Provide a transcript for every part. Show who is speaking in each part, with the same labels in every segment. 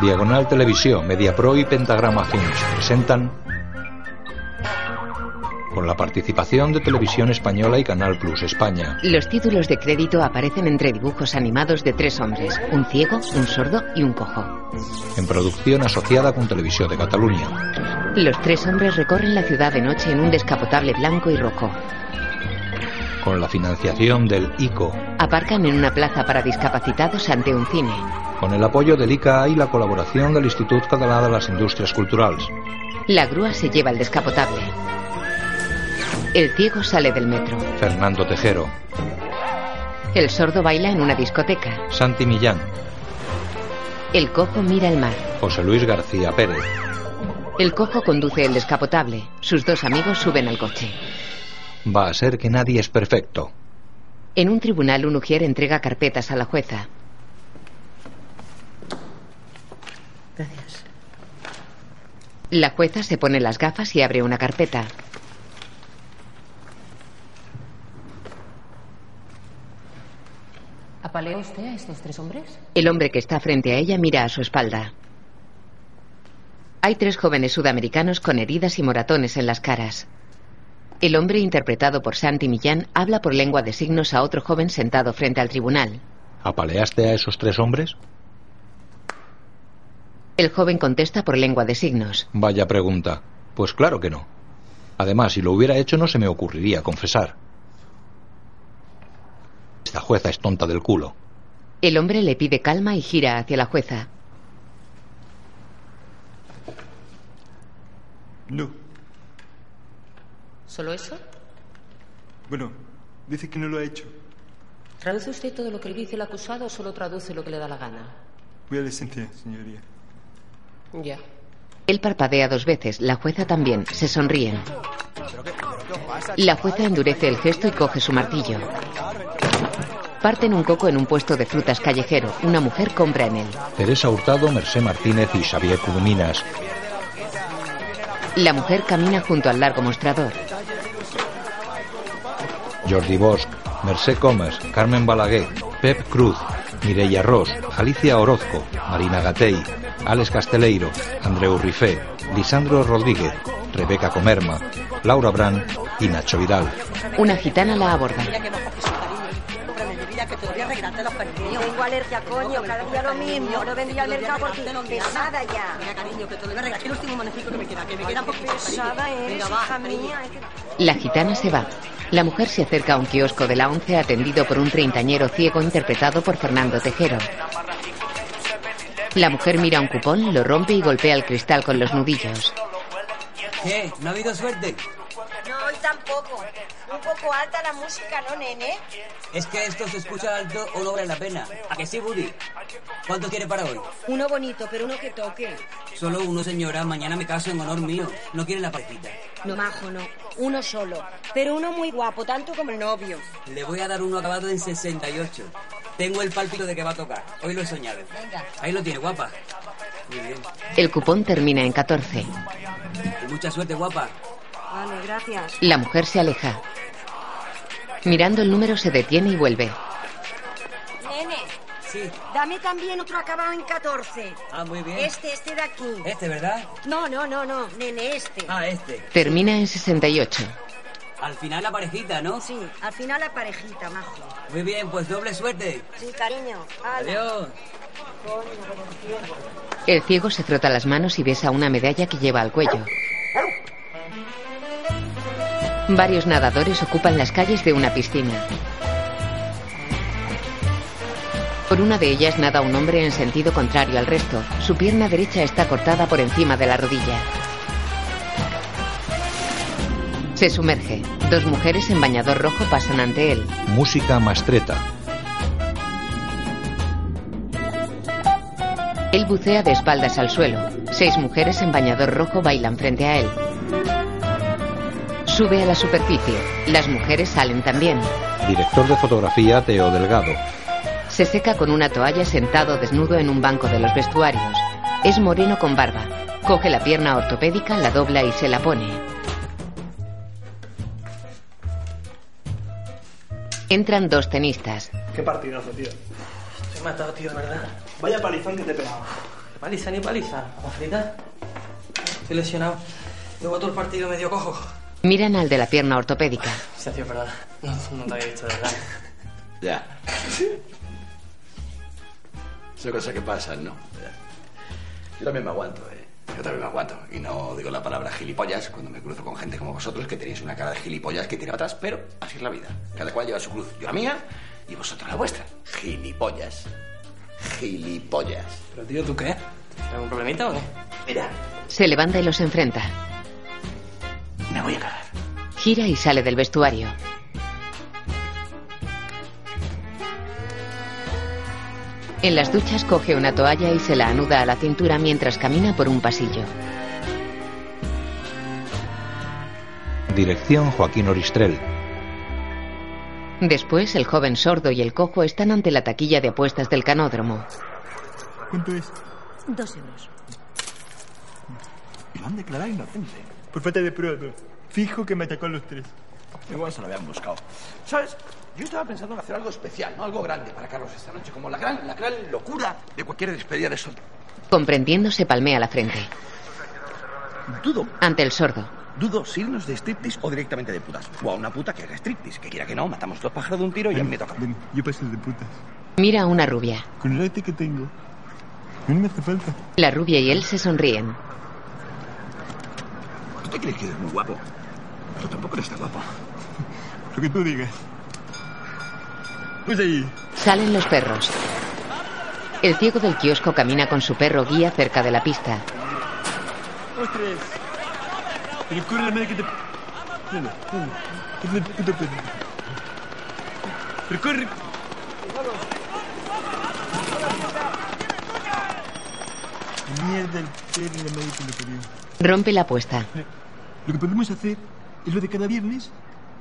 Speaker 1: Diagonal Televisión, Mediapro y Pentagrama Films presentan con la participación de Televisión Española y Canal Plus España.
Speaker 2: Los títulos de crédito aparecen entre dibujos animados de tres hombres, un ciego, un sordo y un cojo.
Speaker 1: En producción asociada con Televisión de Cataluña.
Speaker 2: Los tres hombres recorren la ciudad de noche en un descapotable blanco y rojo.
Speaker 1: Con la financiación del ICO.
Speaker 2: Aparcan en una plaza para discapacitados ante un cine.
Speaker 1: Con el apoyo del ICA y la colaboración del Institut Català de les Indústries Culturals.
Speaker 2: La grúa se lleva el descapotable. El ciego sale del metro.
Speaker 1: Fernando Tejero.
Speaker 2: El sordo baila en una discoteca.
Speaker 1: Santi Millán.
Speaker 2: El cojo mira el mar.
Speaker 1: José Luis García Pérez.
Speaker 2: El cojo conduce el descapotable. Sus dos amigos suben al coche.
Speaker 1: Va a ser que nadie es perfecto.
Speaker 2: En un tribunal, un ujier entrega carpetas a la jueza.
Speaker 3: Gracias.
Speaker 2: La jueza se pone las gafas y abre una carpeta.
Speaker 3: ¿Apaleó usted a estos tres hombres?
Speaker 2: El hombre que está frente a ella mira a su espalda. Hay tres jóvenes sudamericanos con heridas y moratones en las caras. El hombre interpretado por Santi Millán habla por lengua de signos a otro joven sentado frente al tribunal.
Speaker 1: ¿Apaleaste a esos tres hombres?
Speaker 2: El joven contesta por lengua de signos.
Speaker 1: Vaya pregunta. Pues claro que no. Además, si lo hubiera hecho no se me ocurriría confesar. Esta jueza es tonta del culo.
Speaker 2: El hombre le pide calma y gira hacia la jueza.
Speaker 4: No.
Speaker 3: ¿Solo eso?
Speaker 4: Bueno, dice que no lo ha hecho.
Speaker 3: ¿Traduce usted todo lo que le dice el acusado o solo traduce lo que le da la gana?
Speaker 4: Voy a la esencia, señoría.
Speaker 3: Ya.
Speaker 2: Él parpadea dos veces, la jueza también, se sonríen. La jueza endurece el gesto y coge su martillo. Parten un coco en un puesto de frutas callejero. Una mujer compra en él.
Speaker 1: Teresa Hurtado, Mercé Martínez y Xavier Curuminas.
Speaker 2: La mujer camina junto al largo mostrador.
Speaker 1: Jordi Bosch, Mercé Comas, Carmen Balaguer, Pep Cruz, Mireia Ross, Alicia Orozco, Marina Gatei, Alex Casteleiro, Andreu Rifé, Lisandro Rodríguez, Rebeca Comerma, Laura Brand y Nacho Vidal.
Speaker 2: Una gitana la aborda.
Speaker 5: Tengo alergia, coño, cada día lo mismo. No vendría al mercado porque pesada ya. Mira, cariño, que te lo voy a regalar. el último monecito que me queda, que me queda poco. Pesada eres, hija mía.
Speaker 2: La gitana se va. La mujer se acerca a un kiosco de la once atendido por un treintañero ciego interpretado por Fernando Tejero. La mujer mira un cupón, lo rompe y golpea el cristal con los nudillos.
Speaker 6: ¿Qué? ¿No ha habido suerte?
Speaker 5: No, hoy tampoco. Un poco alta la música, ¿no, nene?
Speaker 6: Es que esto se escucha alto o no vale la pena. ¿A que sí, Buddy? ¿Cuánto quiere para hoy?
Speaker 5: Uno bonito, pero uno que toque.
Speaker 6: Solo uno, señora. Mañana me caso en honor mío. No quiere la partita.
Speaker 5: No, majo, no. Uno solo. Pero uno muy guapo, tanto como el novio.
Speaker 6: Le voy a dar uno acabado en 68. Tengo el pálpito de que va a tocar. Hoy lo he soñado. Ahí lo tiene, guapa. Muy bien.
Speaker 2: El cupón termina en 14.
Speaker 6: Y mucha suerte, guapa.
Speaker 5: Vale, gracias.
Speaker 2: La mujer se aleja. Mirando el número se detiene y vuelve.
Speaker 5: Nene,
Speaker 6: Sí.
Speaker 5: dame también otro acabado en 14.
Speaker 6: Ah, muy bien.
Speaker 5: Este, este de aquí.
Speaker 6: Este, ¿verdad?
Speaker 5: No, no, no, no, nene, este.
Speaker 6: Ah, este.
Speaker 2: Termina en 68.
Speaker 6: Al final la parejita, ¿no?
Speaker 5: Sí, al final la parejita, majo.
Speaker 6: Muy bien, pues doble suerte.
Speaker 5: Sí, cariño.
Speaker 6: Adiós.
Speaker 2: El ciego se frota las manos y besa una medalla que lleva al cuello. Varios nadadores ocupan las calles de una piscina. Por una de ellas nada un hombre en sentido contrario al resto. Su pierna derecha está cortada por encima de la rodilla. Se sumerge. Dos mujeres en bañador rojo pasan ante él.
Speaker 1: Música Mastreta.
Speaker 2: Él bucea de espaldas al suelo. Seis mujeres en bañador rojo bailan frente a él. Sube a la superficie. Las mujeres salen también.
Speaker 1: Director de fotografía Teo Delgado.
Speaker 2: Se seca con una toalla sentado desnudo en un banco de los vestuarios. Es moreno con barba. Coge la pierna ortopédica, la dobla y se la pone. Entran dos tenistas.
Speaker 7: Qué partidazo, tío.
Speaker 8: Te he matado, tío, de verdad. Vaya palizón que te pegaba.
Speaker 7: Paliza ni paliza. Vamos a fritar. Estoy lesionado. Llevo todo el partido medio cojo.
Speaker 2: Miran al de la pierna ortopédica.
Speaker 7: Sergio, perdón. No, no te había visto, de verdad.
Speaker 8: Ya. Son cosas que pasan, ¿no? Ya. Yo también me aguanto, ¿eh? Yo también me aguanto. Y no digo la palabra gilipollas cuando me cruzo con gente como vosotros que tenéis una cara de gilipollas que tira para atrás, pero así es la vida. Cada cual lleva su cruz. Yo la mía y vosotros la vuestra. Gilipollas. Gilipollas.
Speaker 7: Pero tío, ¿tú qué? ¿Algún problemita o qué?
Speaker 8: Mira,
Speaker 2: Se levanta y los enfrenta.
Speaker 8: me voy a cagar.
Speaker 2: Gira y sale del vestuario. En las duchas coge una toalla y se la anuda a la cintura mientras camina por un pasillo.
Speaker 1: Dirección Joaquín Oristrel.
Speaker 2: Después, el joven sordo y el cojo están ante la taquilla de apuestas del canódromo.
Speaker 4: ¿Cuánto es?
Speaker 3: Dos euros.
Speaker 8: Me han declarado inocente.
Speaker 4: Por falta de prueba. Fijo que me atacó a los tres.
Speaker 8: Igual se lo habían buscado. ¿Sabes? Yo estaba pensando en hacer algo especial, ¿no? Algo grande para Carlos esta noche, como la gran, la gran locura de cualquier despedida de soltero.
Speaker 2: Comprendiendo, se palmea la frente.
Speaker 8: Dudo,
Speaker 2: Ante el sordo.
Speaker 8: dudo si irnos de striptease o directamente de putas. O a una puta que haga striptease, que quiera que no, matamos dos pájaros de un tiro y a mí me toca.
Speaker 4: Ven, yo paso de putas.
Speaker 2: Mira a una rubia.
Speaker 4: Con el arte que tengo. No me hace falta.
Speaker 2: La rubia y él se sonríen.
Speaker 8: ¿Tú te crees que eres muy guapo? Pero tampoco eres tan guapo.
Speaker 4: Lo que tú digas. Pues ahí.
Speaker 2: Salen los perros. El ciego del kiosco camina con su perro guía cerca de la pista.
Speaker 4: ¡Ostras! Pero corre la madre que te... Mira, mira. Que te puto perro. Pero corre. Mierda, el perro y la madre que lo parió. Eh,
Speaker 2: Rompe la apuesta.
Speaker 4: Lo que podemos hacer es lo de cada viernes,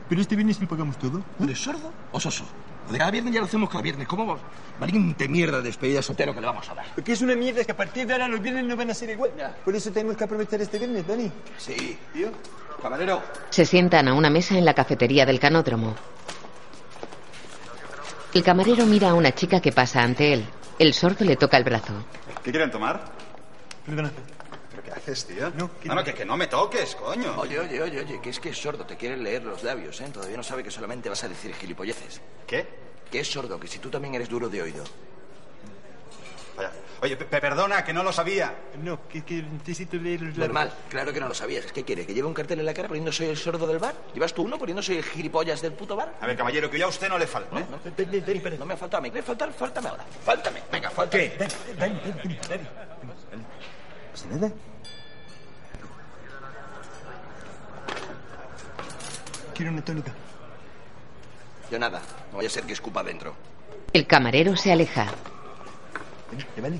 Speaker 4: pero este viernes sí lo pagamos todo. ¿eh?
Speaker 8: ¿Eres sordo o soso? Lo de cada viernes ya lo hacemos cada viernes. ¿Cómo vamos? Valiente mierda de despedida de soltero que le vamos a dar.
Speaker 4: Lo que es una mierda es que a partir de ahora los viernes no van a ser igual. Por eso tenemos que aprovechar este viernes, Dani.
Speaker 8: Sí, tío. Camarero,
Speaker 2: Se sientan a una mesa en la cafetería del canódromo. El camarero mira a una chica que pasa ante él. El sordo le toca el brazo.
Speaker 9: ¿Qué quieren tomar?
Speaker 4: Perdona.
Speaker 9: ¿Pero qué haces, tío?
Speaker 4: No,
Speaker 8: Ah,
Speaker 4: que
Speaker 9: no,
Speaker 4: no.
Speaker 9: que, que no me toques, coño.
Speaker 8: Oye, oye, oye, oye, que es que es sordo, te quieren leer los labios, ¿eh? Todavía no sabe que solamente vas a decir gilipolleces.
Speaker 9: ¿Qué?
Speaker 8: Que es sordo, que si tú también eres duro de oído.
Speaker 9: Vaya. Oye, pe- pe- perdona, que no lo sabía.
Speaker 4: No, que, que necesito leer los labios.
Speaker 8: Normal, claro que no lo sabías. ¿Qué quiere? ¿Que lleve un cartel en la cara poniendo soy el sordo del bar? ¿Llevas tú uno poniendo soy el gilipollas del puto bar?
Speaker 9: A ver, caballero, que yo a usted no le falta, ¿eh?
Speaker 8: No, no me ha faltado a mí. ¿Quieres faltar? Fáltame ahora. Fáltame. Venga, fáltame.
Speaker 4: ¿Pasa nada? Quiero una tónica.
Speaker 8: Yo nada. No vaya a ser que escupa dentro.
Speaker 2: El camarero se aleja.
Speaker 4: ¿Le vale?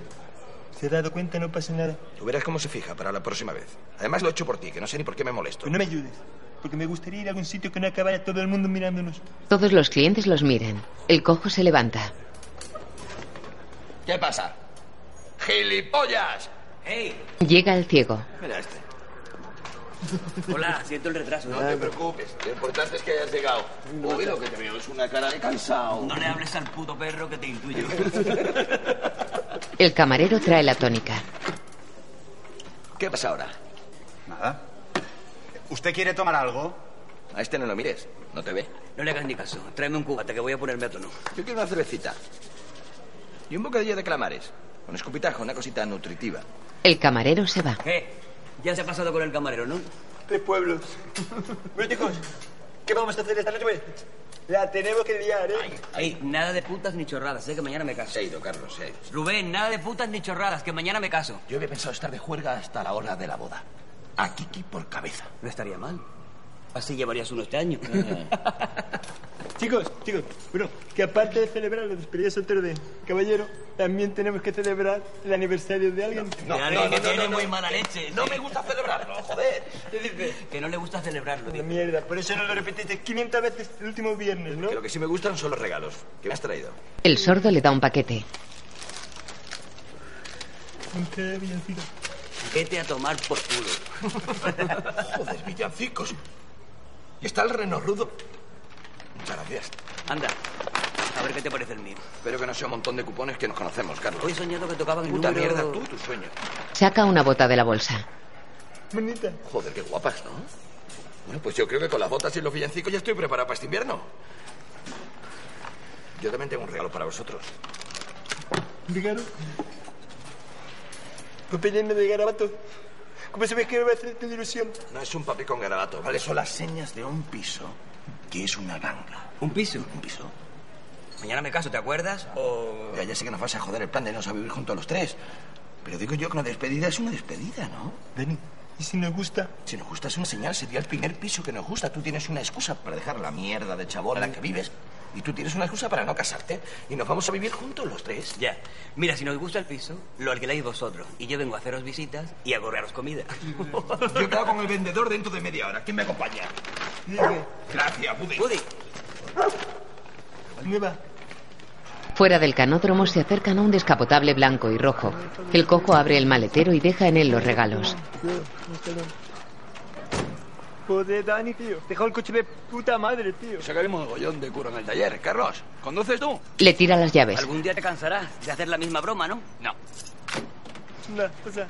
Speaker 4: ¿Se ha dado cuenta? No pasa nada.
Speaker 8: Tú verás cómo se fija para la próxima vez. Además lo he hecho por ti, que no sé ni por qué me molesto.
Speaker 4: Pues no me ayudes, porque me gustaría ir a algún sitio que no acabara todo el mundo mirándonos.
Speaker 2: Todos los clientes los miran. El cojo se levanta.
Speaker 8: ¿Qué pasa? ¡Gilipollas!
Speaker 6: ¡Hey!
Speaker 2: Llega el ciego.
Speaker 8: Mira este.
Speaker 6: Hola, siento el retraso.
Speaker 8: No te preocupes, lo importante es que hayas llegado. Uy, lo que te veo es una cara de cansado.
Speaker 6: No le hables al puto perro que te intuyo.
Speaker 2: El camarero trae la tónica.
Speaker 8: ¿Qué pasa ahora?
Speaker 9: Nada. ¿Usted quiere tomar algo?
Speaker 8: A este no lo mires, no te ve.
Speaker 6: No le hagas ni caso. Tráeme un cubata que voy a ponerme a tono.
Speaker 8: Yo quiero una cervecita. Y un bocadillo de calamares. Con escupitajo, una cosita nutritiva.
Speaker 2: El camarero se va.
Speaker 6: ¿Qué? Eh, Ya se ha pasado con el camarero, ¿no?
Speaker 4: Tres pueblos. bueno, chicos, ¿qué vamos a hacer esta noche? pues? La tenemos que liar, ¿eh?
Speaker 6: Ahí, nada de putas ni chorradas, sé que mañana me caso.
Speaker 8: Se ha ido, Carlos, se ha ido.
Speaker 6: Rubén, nada de putas ni chorradas, que mañana me caso.
Speaker 8: Yo había pensado estar de juerga hasta la hora de la boda. A Kiki por cabeza.
Speaker 6: No estaría mal. Así llevarías uno este año.
Speaker 4: Chicos, chicos, bueno, que aparte de celebrar la despedida soltero de caballero, también tenemos que celebrar el aniversario de alguien.
Speaker 8: No,
Speaker 6: Claro,
Speaker 8: no,
Speaker 6: que
Speaker 8: no, no,
Speaker 6: tiene
Speaker 8: no, no.
Speaker 6: muy mala leche.
Speaker 8: No me gusta celebrarlo, joder.
Speaker 6: Que no le gusta celebrarlo,
Speaker 4: La
Speaker 6: tío.
Speaker 4: mierda, por eso no lo repetiste 500 veces el último viernes, ¿no?
Speaker 8: Que lo que sí me gustan son los regalos. ¿Qué me has traído?
Speaker 2: El sordo le da un paquete.
Speaker 4: Nunca había sido.
Speaker 6: Vete a tomar por culo.
Speaker 8: Joder, villancicos. Y está el reno rudo. Muchas gracias.
Speaker 6: Anda. A ver qué te parece el mío.
Speaker 1: Espero que no sea un montón de cupones que nos conocemos, Carlos.
Speaker 6: Hoy he soñado que tocaban el
Speaker 1: Puta
Speaker 6: número...
Speaker 1: mierda, tú, tu sueño.
Speaker 2: Saca una bota de la bolsa.
Speaker 4: Bonita.
Speaker 1: Joder, qué guapas, ¿no? Bueno, pues yo creo que con las botas y los villancicos ya estoy preparado para este invierno. Yo también tengo un regalo para vosotros.
Speaker 4: Regalo. Papel lleno de garabatos. ¿Cómo sabes que me va a hacer tanta ilusión?
Speaker 1: No es un papel con garabatos, ¿vale? Son las señas de un piso que es una ganga.
Speaker 6: ¿Un piso?
Speaker 1: Un piso.
Speaker 6: Mañana me caso, ¿te acuerdas? O...
Speaker 1: Ya, ya sé que nos vas a joder el plan de no saber vivir junto a los tres. Pero digo yo que una despedida es una despedida, ¿no?
Speaker 4: Dani, ¿y si nos gusta?
Speaker 1: Si nos gusta es una señal, sería el primer piso que nos gusta. Tú tienes una excusa para dejar la mierda de chabón en la que vives. Y tú tienes una excusa para no casarte. Y nos vamos a vivir juntos los tres.
Speaker 6: Ya. Mira, si nos gusta el piso, lo alquiláis vosotros. Y yo vengo a haceros visitas y a gorrearos comida.
Speaker 1: Yo he quedado con el vendedor dentro de media hora. ¿Quién me acompaña? Gracias, Buddy.
Speaker 6: Woody,
Speaker 4: Nueva.
Speaker 2: Fuera del canódromo se acercan a un descapotable blanco y rojo. El cojo abre el maletero y deja en él los regalos.
Speaker 4: Joder, Dani, tío. Dejó el coche de puta madre, tío.
Speaker 1: Sacaremos mogollón de cura en el taller. Carlos, ¿conduces tú?
Speaker 2: Le tira las llaves.
Speaker 6: algún día te cansarás de hacer la misma broma, ¿no? No.
Speaker 4: Una cosa.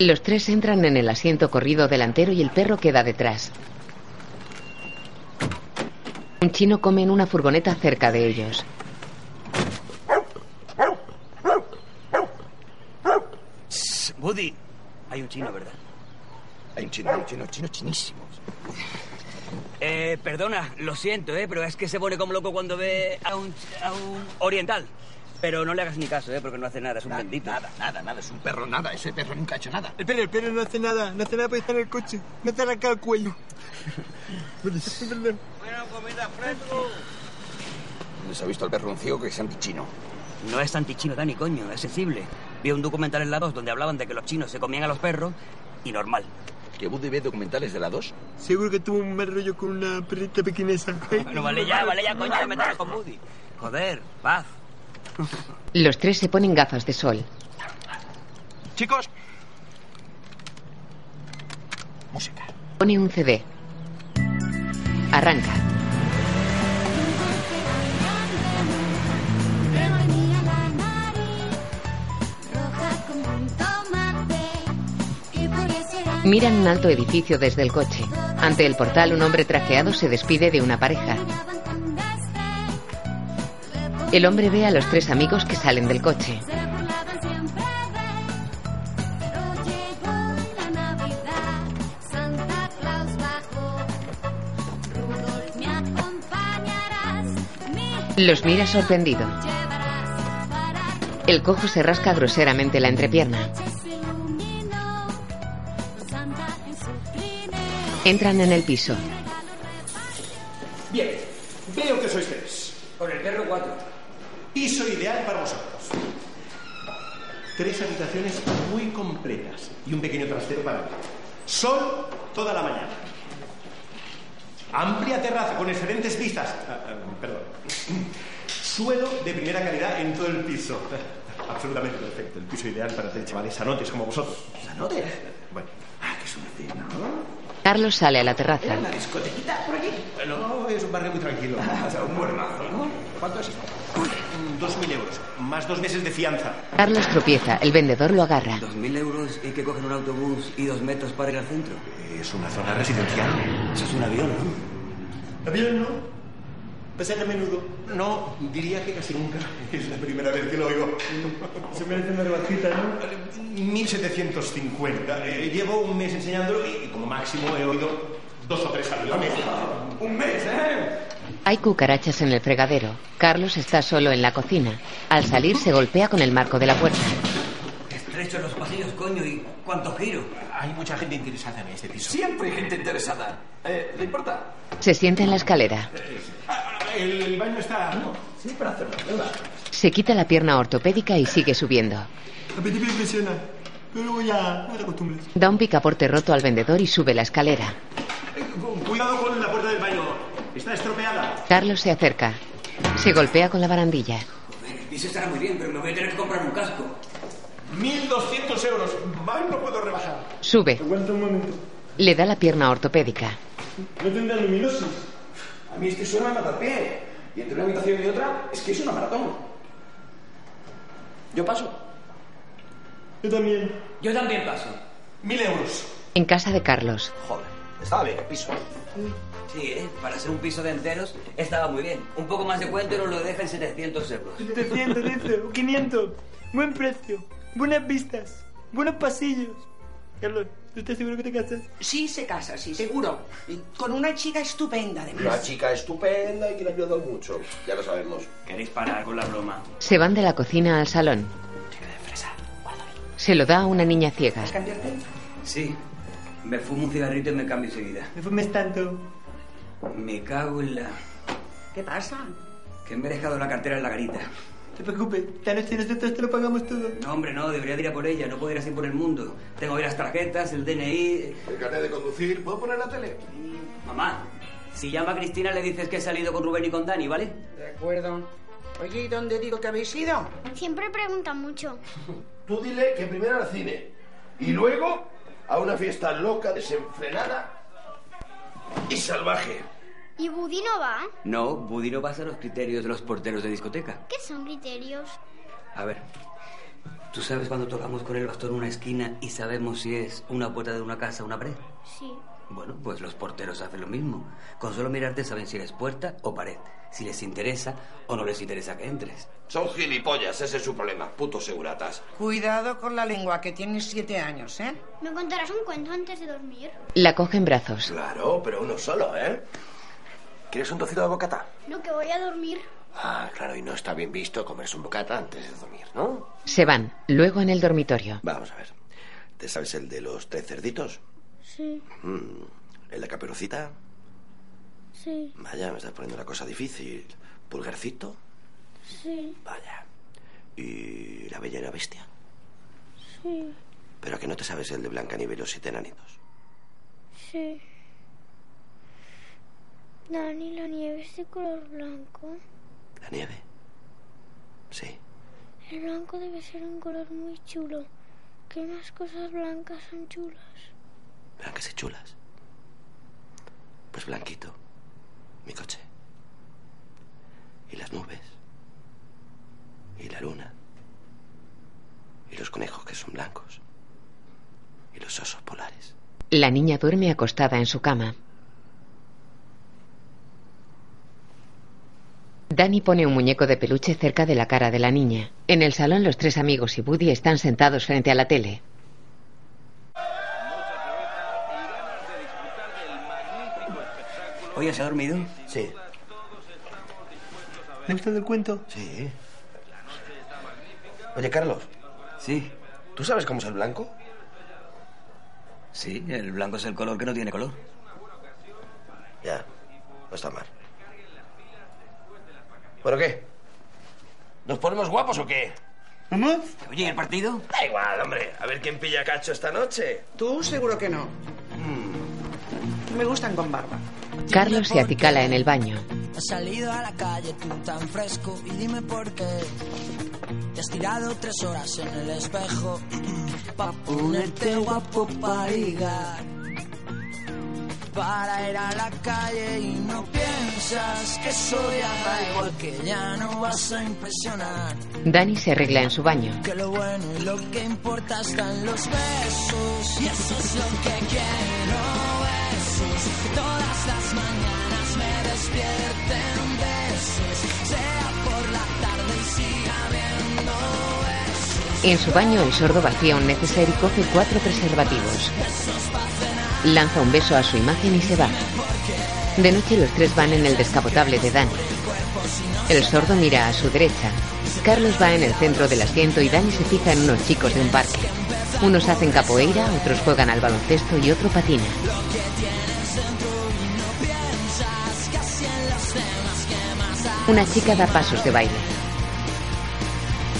Speaker 2: Los tres entran en el asiento corrido delantero y el perro queda detrás. Un chino come en una furgoneta cerca de ellos.
Speaker 6: Woody, hay un chino, ¿verdad?
Speaker 1: Hay un chino, hay un chino, chino chinísimos.
Speaker 6: Eh, perdona, lo siento, ¿eh? Pero es que se pone como loco cuando ve a un, a un oriental. Pero no le hagas ni caso, ¿eh? Porque no hace nada, es un bendito.
Speaker 1: Nada, nada, nada. Es un perro, nada. Ese perro nunca ha hecho nada.
Speaker 4: El perro, el perro no hace nada. No hace nada porque está en el coche. No te arranca el cuello. Perdón.
Speaker 1: ¿Dónde se ha visto al perro un ciego que es antichino?
Speaker 6: No es antichino, Dani, coño, es sensible. Vi un documental en la 2 donde hablaban de que los chinos se comían a los perros y normal.
Speaker 1: ¿Que Buddy ve documentales de la 2?
Speaker 4: Seguro que tuvo un mal rollo con una perrita pequinesa.
Speaker 6: Bueno, vale ya, vale ya, coño, no me metas con Woody. Joder, paz.
Speaker 2: Los tres se ponen gafas de sol.
Speaker 10: Chicos,
Speaker 1: Música.
Speaker 2: Pone un CD. Arranca.
Speaker 5: Remanía la nariz, roja como un tomate, y por eso era
Speaker 2: Miran un alto edificio desde el coche. Ante el portal un hombre trajeado se despide de una pareja.
Speaker 5: miraban tan desdén,
Speaker 2: El hombre ve a los tres amigos que salen del coche.
Speaker 5: se burlaban siempre de él. Pero llegó la Navidad, Santa Claus bajó, Rudolf me acompañarás, mi
Speaker 2: Los mira sorprendido.
Speaker 5: llevarás para
Speaker 2: El cojo se rasca groseramente la entrepierna.
Speaker 5: que se iluminó, Don Santa en su trineo.
Speaker 2: Entran en el piso.
Speaker 8: Bien, veo que sois tres.
Speaker 6: Con el perro cuatro.
Speaker 8: Piso ideal para vosotros. Tres habitaciones muy completas y un pequeño trastero para mí. Sol toda la mañana. Amplia terraza con excelentes vistas. Ah, ah, perdón. Suelo de primera calidad en todo el piso. Absolutamente perfecto. El piso ideal para tres chavales sanotes como vosotros.
Speaker 1: ¿Sanotes?
Speaker 8: Bueno,
Speaker 1: Ah, qué suerte, ¿no?
Speaker 2: Carlos sale a la terraza.
Speaker 1: ¿Era la discotequita por aquí?
Speaker 8: no, es un barrio muy tranquilo.
Speaker 1: O sea, un muermazo, ¿no? ¿Cuánto es eso?
Speaker 8: Dos mil euros, más dos meses de fianza.
Speaker 2: Carlos tropieza. El vendedor lo agarra.
Speaker 6: Dos mil euros y que cogen un autobús y dos metros para ir al centro.
Speaker 8: Eh, Es una zona residencial.
Speaker 6: Eso es un avión, ¿no?
Speaker 8: ¿Avión no? ¿Pasan a menudo? No, diría que casi nunca. Es la primera vez que lo oigo.
Speaker 4: Se merece una rebajita, ¿no?
Speaker 8: 1750. Eh, llevo un mes enseñándolo y como máximo he oído dos o tres aviones.
Speaker 1: Un mes, ¿eh?
Speaker 2: Hay cucarachas en el fregadero. Carlos está solo en la cocina. Al salir se golpea con el marco de la puerta.
Speaker 6: Estrecho los pasillos, coño, y cuánto giro.
Speaker 8: Hay mucha gente interesada en este piso.
Speaker 1: Siempre hay gente interesada. Eh, ¿Le importa?
Speaker 2: Se sienta en la escalera.
Speaker 8: Ah, ah, el, el baño está... ¿no?
Speaker 1: Sí, para hacer una prueba.
Speaker 2: Se quita la pierna ortopédica y sigue subiendo.
Speaker 4: Al principio impresiona, pero luego ya no te acostumbras.
Speaker 2: Da un picaporte roto al vendedor y sube la escalera.
Speaker 8: Eh, cu- Cuidado con la puerta del baño. Está estropeada.
Speaker 2: Carlos se acerca. Se golpea con la barandilla.
Speaker 6: Joder, el piso estará muy bien, pero me voy a tener que comprar un casco.
Speaker 8: 1.200 euros. Más no puedo rebajar.
Speaker 2: Sube.
Speaker 4: Aguanta un momento.
Speaker 2: Le da la pierna ortopédica.
Speaker 4: No tendrá luminosis.
Speaker 1: A mí es que suena a matapié.
Speaker 8: Y entre una habitación y otra, es que es una maratón. Yo paso.
Speaker 11: Yo también.
Speaker 6: Yo también paso.
Speaker 8: Mil euros.
Speaker 2: En casa de Carlos.
Speaker 6: Joder.
Speaker 8: Estaba bien el piso.
Speaker 6: Sí, ¿eh? para ser un piso de enteros estaba muy bien. Un poco más de cuento y nos lo deja en 700 euros.
Speaker 4: 700, dice, o 500. Buen precio, buenas vistas, buenos pasillos. Carlos, ¿tú estás seguro que te casas?
Speaker 3: Sí, se casa, sí, seguro. Y Con una chica estupenda, además.
Speaker 8: Una chica estupenda y que le ha ayudado mucho. Ya lo sabemos. ¿Queréis parar con la broma?
Speaker 2: Se van de la cocina al salón. Se lo da a una niña ciega.
Speaker 3: ¿Cambiarte?
Speaker 6: Sí. Me fumo un cigarrito y me cambio enseguida.
Speaker 4: Me fumes tanto.
Speaker 6: Me cago en la...
Speaker 3: ¿Qué pasa?
Speaker 6: Que me he dejado la cartera en la garita.
Speaker 4: No te preocupes, esta noche nosotros te lo pagamos todo.
Speaker 6: No, hombre, no, debería de ir a por ella, no puedo ir así por el mundo. Tengo que ir las tarjetas, el DNI...
Speaker 8: El carnet de conducir, ¿puedo poner la tele?
Speaker 6: Mamá, si llama a Cristina le dices que he salido con Rubén y con Dani, ¿vale?
Speaker 3: De acuerdo. Oye, ¿y dónde digo que habéis ido?
Speaker 12: Siempre pregunta mucho.
Speaker 8: Tú dile que primero al cine y luego a una fiesta loca, desenfrenada y salvaje.
Speaker 12: ¿Y Buddy no va?
Speaker 6: No, Buddy no pasa los criterios de los porteros de discoteca.
Speaker 12: ¿Qué son criterios?
Speaker 6: A ver, ¿tú sabes cuando tocamos con el bastón una esquina y sabemos si es una puerta de una casa o una pared?
Speaker 12: Sí.
Speaker 6: Bueno, pues los porteros hacen lo mismo. Con solo mirarte saben si eres puerta o pared, si les interesa o no les interesa que entres.
Speaker 8: Son gilipollas, ese es su problema, putos seguratas.
Speaker 3: Cuidado con la lengua, que tienes siete años, ¿eh?
Speaker 12: ¿Me contarás un cuento antes de dormir?
Speaker 2: La coge en brazos.
Speaker 8: Claro, pero uno solo, ¿eh? ¿Quieres un trocito de bocata?
Speaker 12: No, que voy a dormir.
Speaker 8: Ah, claro, y no está bien visto comerse un bocata antes de dormir, ¿no?
Speaker 2: Se van, luego en el dormitorio.
Speaker 8: Vamos a ver. ¿Te sabes el de los tres cerditos?
Speaker 12: Sí,
Speaker 8: Mm, ¿El de caperucita?
Speaker 12: sí,
Speaker 8: Vaya, me estás poniendo la cosa difícil. ¿Pulgarcito?
Speaker 12: sí,
Speaker 8: Vaya. ¿Y la bella y la bestia?
Speaker 12: sí,
Speaker 8: Pero que no te sabes el de Blanca y los siete enanitos.
Speaker 12: sí. Dani, la nieve es de color blanco.
Speaker 8: ¿La nieve? Sí.
Speaker 12: El blanco debe ser un color muy chulo. Que unas cosas blancas son chulas.
Speaker 8: Blancas y chulas. Pues blanquito. Mi coche. Y las nubes. Y la luna. Y los conejos que son blancos. Y los osos polares.
Speaker 2: La niña duerme acostada en su cama. Dani pone un muñeco de peluche cerca de la cara de la niña. En el salón los tres amigos y Buddy están sentados frente a la tele.
Speaker 6: Oye, ¿se ha dormido?
Speaker 8: Sí.
Speaker 4: ¿Le ha gustado el cuento?
Speaker 8: Sí. Oye, Carlos.
Speaker 6: Sí.
Speaker 8: ¿Tú sabes cómo es el blanco?
Speaker 6: Sí, el blanco es el color que no tiene color.
Speaker 8: Ya. No está mal. ¿Pero qué? ¿Nos ponemos guapos o qué?
Speaker 3: ¿Vamos?
Speaker 6: Oye, ¿y el partido?
Speaker 8: Da igual, hombre. A ver quién pilla cacho esta noche.
Speaker 3: Tú seguro que no.
Speaker 8: Hmm.
Speaker 3: Me gustan con barba.
Speaker 2: Carlos se acicala en el baño.
Speaker 5: Has salido a la calle tú tan fresco y dime por qué. Te has tirado tres horas en el espejo pa ponerte guapo para ligar. Para ir a la calle y no piensas que soy da igual que ya no vas a impresionar.
Speaker 2: Dani se arregla en su baño.
Speaker 5: Que lo bueno y lo que importa están los besos. Y eso es lo que quiero, besos. Todas las mañanas me despierten besos. Sea por la tarde y siga viendo besos.
Speaker 2: En su baño el sordo vacía un neceser y coge cuatro preservativos.
Speaker 5: Besos pa' cenar
Speaker 2: Lanza un beso a su imagen y se va. De noche los tres van en el descapotable de Dani. El sordo mira a su derecha. Carlos va en el centro del asiento y Dani se fija en unos chicos de un parque. Unos hacen capoeira, otros juegan al baloncesto y otro patina.
Speaker 5: lo que tienes dentro y no piensas casi en los temas que más amas.
Speaker 2: Una chica da pasos de baile.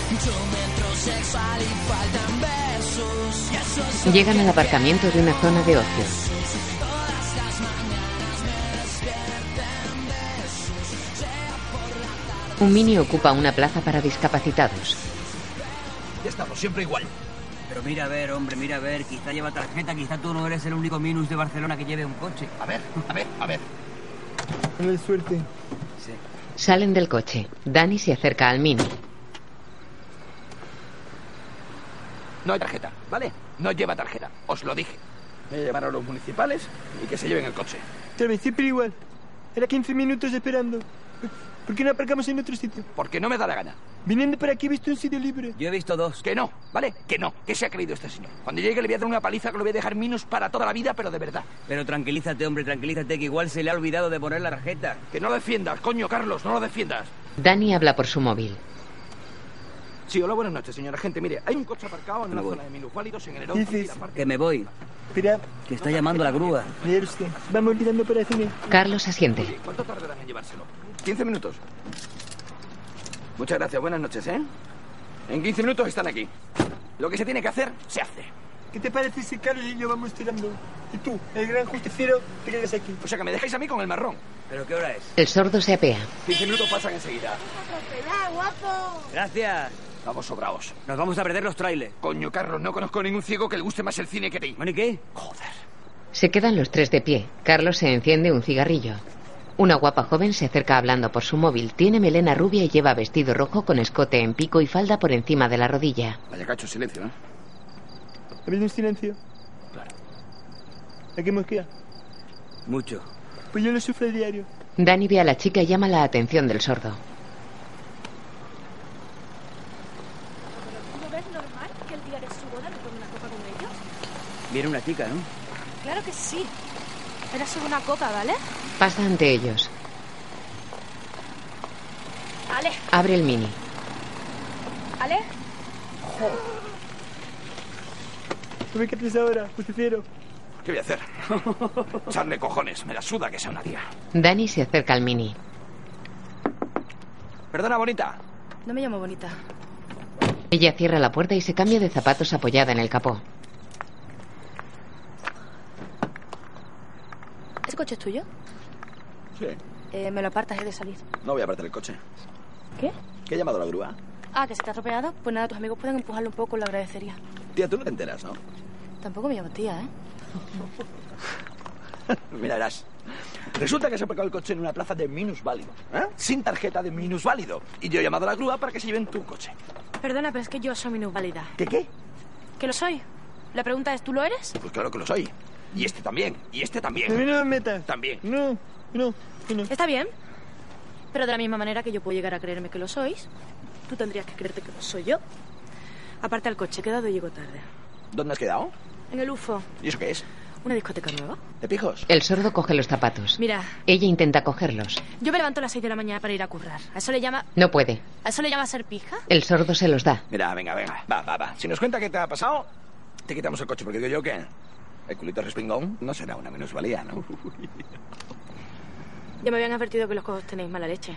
Speaker 5: Tu metro sexual y faltan besos. Y eso es lo
Speaker 2: Llegan
Speaker 5: que
Speaker 2: al aparcamiento de una zona de ocio.
Speaker 5: Todas las mañanas me despierten besos. Sea por la tarde.
Speaker 2: Un mini ocupa una plaza para discapacitados.
Speaker 8: Ya estamos, siempre igual.
Speaker 6: Pero mira a ver, hombre, mira a ver. Quizá lleva tarjeta, quizá tú no eres el único minus de Barcelona que lleve un coche.
Speaker 8: A ver, a ver, a ver.
Speaker 4: Dale suerte.
Speaker 6: Sí.
Speaker 2: Salen del coche. Danny se acerca al Mini.
Speaker 8: No hay tarjeta, ¿vale? No lleva tarjeta, os lo dije. Me llamaron los municipales y que se lleven el coche.
Speaker 4: Travis, siempre igual. Era 15 minutos esperando. ¿Por qué no aparcamos en otro sitio?
Speaker 8: Porque no me da la gana.
Speaker 4: Viniendo para aquí he visto un sitio libre.
Speaker 6: Yo he visto dos.
Speaker 8: Que no, ¿vale? Que no. ¿Qué se ha creído este señor? Cuando llegue le voy a dar una paliza que lo voy a dejar minus para toda la vida, pero de verdad.
Speaker 6: Pero tranquilízate, hombre, tranquilízate, que igual se le ha olvidado de poner la tarjeta.
Speaker 8: Que no lo defiendas, coño, Carlos, no lo defiendas.
Speaker 2: Danny habla por su móvil.
Speaker 8: Sí, hola, buenas noches, señora gente. Mire, hay un coche aparcado en la zona de minus válidos en el
Speaker 4: Dices
Speaker 6: Que me voy.
Speaker 4: Espera,
Speaker 6: Que está llamando la grúa.
Speaker 4: mira usted. Vamos olvidando para cine.
Speaker 2: Carlos asiente.
Speaker 8: ¿Cuánto tardarán en llevárselo? 15 minutos. Muchas gracias, buenas noches, ¿eh? En 15 minutos están aquí. Lo que se tiene que hacer, se hace.
Speaker 4: ¿Qué te parece si Carlos y yo vamos tirando? Y tú, el gran justiciero, te quedas aquí.
Speaker 8: O sea que me dejáis a mí con el marrón.
Speaker 6: ¿Pero qué hora es?
Speaker 2: El sordo se apea.
Speaker 8: 15 minutos pasan enseguida.
Speaker 13: guapo!
Speaker 6: Gracias.
Speaker 8: Vamos sobraos.
Speaker 6: Nos vamos a perder los trailers.
Speaker 8: Coño, Carlos, no conozco ningún ciego que le guste más el cine que ti. Oh,
Speaker 6: ¿Bueno y qué?
Speaker 2: Se quedan los tres de pie. Carlos se enciende un cigarrillo. Una guapa joven se acerca hablando por su móvil. Tiene melena rubia y lleva vestido rojo con escote en pico y falda por encima de la rodilla.
Speaker 8: Vaya cacho, silencio, ¿eh?
Speaker 4: Ha habido un silencio.
Speaker 8: Claro.
Speaker 4: ¿A qué mosquea?
Speaker 6: Mucho.
Speaker 4: Pues yo lo sufro a diario.
Speaker 2: Danny ve a la chica y llama la atención del sordo.
Speaker 12: ¿No ves normal que el día de su boda me tome una copa con ellos?
Speaker 6: Viene una chica, ¿no?
Speaker 12: Claro que sí. Era solo una copa, ¿vale?
Speaker 2: Pasa ante ellos.
Speaker 12: Ale,
Speaker 2: Abre el mini.
Speaker 12: Ale.
Speaker 4: ¿Tú qué haces ahora, justiciero?
Speaker 8: ¿Qué voy a hacer? Echarle cojones, me la suda que sea una tía.
Speaker 2: Danny se acerca al mini.
Speaker 8: Perdona, bonita.
Speaker 12: No me llamo bonita.
Speaker 2: Ella cierra la puerta y se cambia de zapatos apoyada en el capó.
Speaker 12: ¿Ese coche es tuyo?
Speaker 8: Sí,
Speaker 12: Eh, me lo apartas, he de salir.
Speaker 8: no voy a perder el coche.
Speaker 12: ¿Qué?
Speaker 8: ¿Qué ha llamado la grúa?
Speaker 12: Ah, que se te ha atropellado. Pues nada, tus amigos pueden empujarlo un poco, lo agradecería.
Speaker 8: Tía, tú no te enteras, ¿no?
Speaker 12: Tampoco me llamo tía, ¿eh?
Speaker 8: Mira, verás. Resulta que se ha aparcado el coche en una plaza de minusválido, ¿eh? Sin tarjeta de minusválido. Y yo he llamado a la grúa para que se lleven tu coche.
Speaker 12: Perdona, pero es que yo soy minusválida.
Speaker 8: ¿Qué qué?
Speaker 12: ¿Que lo soy? La pregunta es, ¿tú lo eres?
Speaker 8: Pues claro que lo soy. Y este también. Y este también.
Speaker 4: A mí no me metas.
Speaker 8: También.
Speaker 4: No, no, no.
Speaker 12: Está bien. Pero de la misma manera que yo puedo llegar a creerme que lo sois, tú tendrías que creerte que lo soy yo. Aparte al coche, he quedado y llego tarde.
Speaker 8: ¿Dónde has quedado?
Speaker 12: En el UFO,
Speaker 8: ¿Y eso qué es?
Speaker 12: una discoteca nueva.
Speaker 8: ¿De pijos?
Speaker 2: El sordo coge los zapatos.
Speaker 12: Mira,
Speaker 2: Ella intenta cogerlos.
Speaker 12: yo me levanto a las 6 de la mañana para ir a currar. ¿A eso le llama,
Speaker 2: No puede.
Speaker 12: a eso le llama ser pija?
Speaker 2: El sordo se los da.
Speaker 8: Mira, venga, venga. Va, va, va. Si nos cuenta qué te ha pasado, te quitamos el coche. Porque digo yo que el culito respingón no será una minusvalía, ¿no?
Speaker 12: Ya me habían advertido que los cojos tenéis mala leche.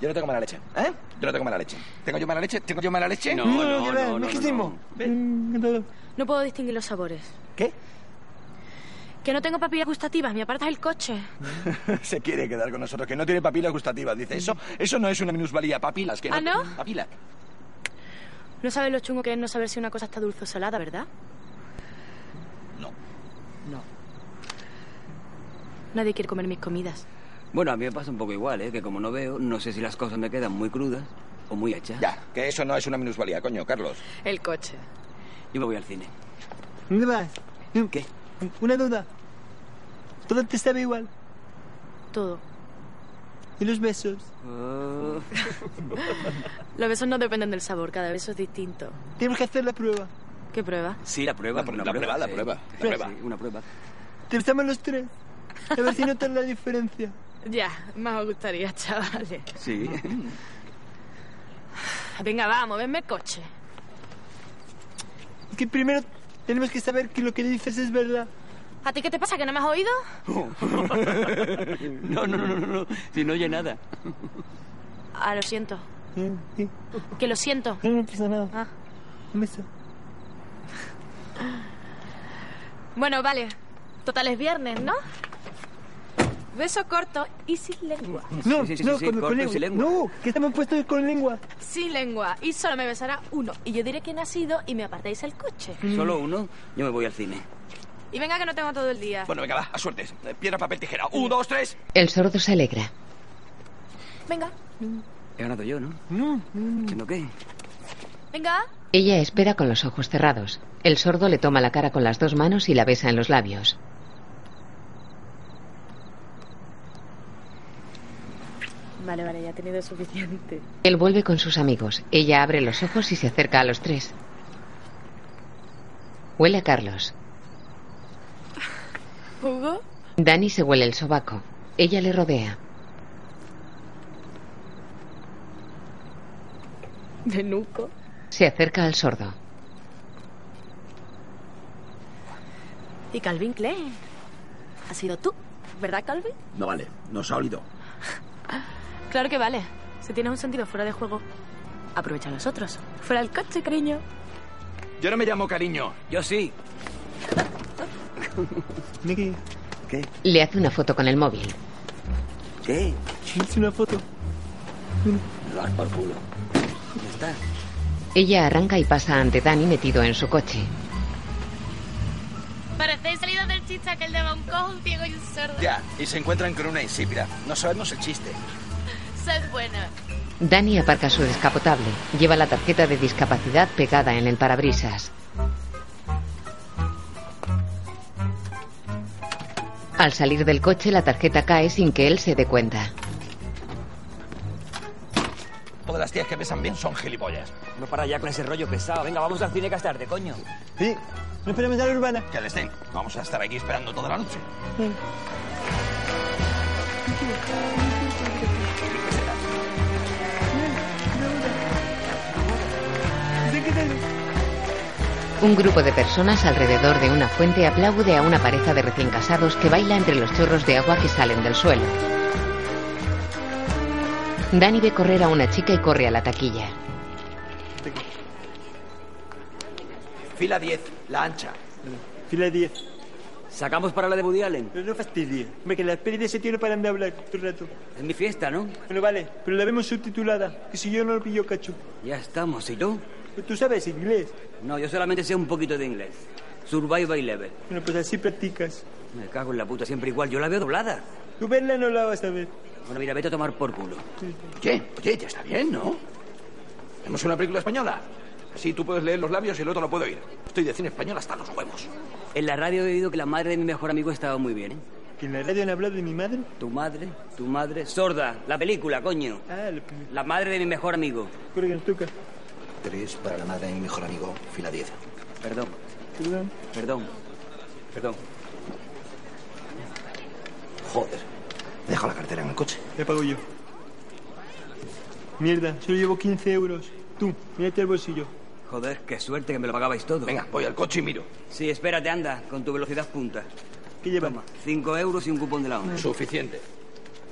Speaker 8: Yo no tengo mala leche, ¿eh? Yo no tengo mala leche. ¿Tengo yo mala leche? ¿Tengo yo mala leche?
Speaker 4: que va, majísimo. Mm, no, no.
Speaker 12: No puedo distinguir los sabores.
Speaker 8: ¿Qué?
Speaker 12: Que no tengo papilas gustativas, me apartas el coche.
Speaker 8: Se quiere quedar con nosotros, que no tiene papilas gustativas. Dice, eso eso no es una minusvalía, papilas. Que
Speaker 12: ¿Ah, no?
Speaker 8: tienen Papila.
Speaker 12: No sabes lo chungo que es no saber si una cosa está dulce o salada, ¿verdad?
Speaker 8: No.
Speaker 12: No. Nadie quiere comer mis comidas.
Speaker 6: Bueno, a mí me pasa un poco igual, ¿eh? Que como no veo, no sé si las cosas me quedan muy crudas o muy hechas.
Speaker 8: Ya, que eso no es una minusvalía, coño, Carlos.
Speaker 12: El coche.
Speaker 6: Yo me voy al cine.
Speaker 4: ¿Dónde vas?
Speaker 6: ¿Qué?
Speaker 4: Una duda. Todo te sabe igual.
Speaker 12: Todo.
Speaker 4: ¿Y los besos?
Speaker 12: Los besos no dependen del sabor, cada beso es distinto.
Speaker 4: Tenemos que hacer la prueba.
Speaker 12: ¿Qué prueba?
Speaker 6: Sí, la prueba.
Speaker 8: La pr-
Speaker 6: una
Speaker 8: la prueba, la
Speaker 6: sí.
Speaker 8: prueba, la
Speaker 6: Sí,
Speaker 8: prueba.
Speaker 6: sí, una prueba.
Speaker 4: Testamos los tres. A ver si notas la diferencia.
Speaker 12: Ya, más os gustaría, chavales.
Speaker 6: Sí.
Speaker 12: Venga, vamos, venme el coche.
Speaker 4: Es que primero tenemos que saber que lo que dices es verdad.
Speaker 12: ¿A ti qué te pasa, que no me has oído?
Speaker 8: Mm.
Speaker 6: No, no, no, no, no. Si no oye nada.
Speaker 12: Ah, lo siento.
Speaker 4: Eh, eh,
Speaker 12: Que lo siento.
Speaker 4: No, no pasa nada.
Speaker 12: Ah.
Speaker 4: Un beso.
Speaker 12: Bueno, vale. Total es viernes, ¿no? Beso corto y sin lengua.
Speaker 4: No,
Speaker 6: Sí, sí, sí,
Speaker 4: no,
Speaker 6: sí,
Speaker 4: con,
Speaker 6: corto
Speaker 4: con
Speaker 6: y
Speaker 4: lengua.
Speaker 6: sin lengua.
Speaker 4: No, que estamos puestos con lengua.
Speaker 12: Sin lengua. Y solo me besará uno. Y yo diré quién ha sido y me apartáis el coche.
Speaker 14: Mm.
Speaker 6: Solo uno, yo me voy al cine.
Speaker 12: Y venga que no tengo todo el día.
Speaker 8: Bueno, venga, va, a suertes. Eh, Piedra, papel, tijera. Un, dos, tres.
Speaker 2: El sordo se alegra.
Speaker 12: Venga,
Speaker 6: He ganado yo, ¿no? No.
Speaker 14: Mm.
Speaker 6: ¿Entiendo qué?
Speaker 12: venga.
Speaker 2: Ella espera con los ojos cerrados. El sordo le toma la cara con las dos manos y la besa en los labios.
Speaker 12: Vale, vale, ya he tenido suficiente.
Speaker 2: Él vuelve con sus amigos. Ella abre los ojos y se acerca a los tres. Huele a Carlos.
Speaker 12: ¿Hugo?
Speaker 2: Dani se huele el sobaco. Ella le rodea.
Speaker 12: De nuco.
Speaker 2: Se acerca al sordo.
Speaker 12: Y Calvin Klein. ¿Has sido tú? ¿Verdad, Calvin?
Speaker 8: No vale, nos ha olido.
Speaker 12: Claro que vale. Si tienes un sentido fuera de juego, aprovecha los otros. Fuera el coche, cariño.
Speaker 8: Yo no me llamo cariño.
Speaker 6: Yo sí.
Speaker 4: Nicky.
Speaker 2: Le hace una foto con el móvil.
Speaker 6: ¿Qué?
Speaker 4: Hice una foto.
Speaker 6: Lo has por culo. Ya está.
Speaker 2: Ella arranca y pasa ante Dani metido en su coche.
Speaker 15: Parecéis salido del chiste aquel de un cojo, un ciego y un sordo.
Speaker 8: Ya, y se encuentran con una insípida. No sabemos el chiste.
Speaker 15: Sed buena.
Speaker 2: Dani aparca su descapotable. Lleva la tarjeta de discapacidad pegada en el parabrisas. Al salir del coche, la tarjeta cae sin que él se dé cuenta.
Speaker 8: Todas las tías que besan bien son gilipollas.
Speaker 6: No para ya con ese rollo pesado. Venga, vamos al cine que es tarde, coño.
Speaker 8: ¿Sí? No esperemos a la urbana. Que les den. Vamos a estar aquí esperando toda la noche.
Speaker 4: Eh.
Speaker 2: Un grupo de personas alrededor de una fuente aplaude a una pareja de recién casados que baila entre los chorros de agua que salen del suelo. Dani ve correr a una chica y corre a la taquilla.
Speaker 6: Fila 10, la ancha.
Speaker 4: Fila 10.
Speaker 6: ¿Sacamos para la de Woody Allen?
Speaker 4: Pero no fastidies. Me que la peli de ese tío no paran de hablar todo el rato.
Speaker 6: Es mi fiesta, ¿no?
Speaker 4: Bueno, vale, pero la vemos subtitulada. Que si yo no lo pillo, cacho. Pues
Speaker 6: Ya estamos. ¿Y tú?
Speaker 4: ¿Tú sabes inglés?
Speaker 6: No, yo solamente sé un poquito de inglés. Survival level.
Speaker 4: Bueno, pues así practicas.
Speaker 6: Me cago en la puta, siempre igual. Yo la veo doblada.
Speaker 4: Tú verla no la vas a ver.
Speaker 6: Bueno, mira, vete a tomar por culo.
Speaker 8: Oye, oye, ya está bien, ¿no? ¿Vemos una película española? Así tú puedes leer los labios y el otro no puedo oír. Estoy de cine español hasta los huevos.
Speaker 6: En la radio he oído que la madre de mi mejor amigo estaba muy bien, ¿eh?
Speaker 4: ¿Que en la radio han hablado de mi madre?
Speaker 6: Tu madre, tu madre. Sorda, la película, coño.
Speaker 4: Ah, lo que
Speaker 6: La madre de mi mejor amigo.
Speaker 4: creo que nos toca.
Speaker 8: Tres para la madre de mi mejor amigo, fila 10.
Speaker 6: Perdón,
Speaker 4: Perdón.
Speaker 6: perdón, perdón.
Speaker 8: Joder. He dejado la cartera en el coche.
Speaker 4: La pago yo. Mierda, solo llevo 15 euros. Tú, mírate el bolsillo.
Speaker 6: Joder, qué suerte que me lo pagabais todo.
Speaker 8: Venga, voy al coche y miro.
Speaker 6: Sí, espérate, anda, con tu velocidad punta.
Speaker 4: ¿Qué llevamos?
Speaker 6: Cinco euros y un cupón de la ONU.
Speaker 8: Suficiente.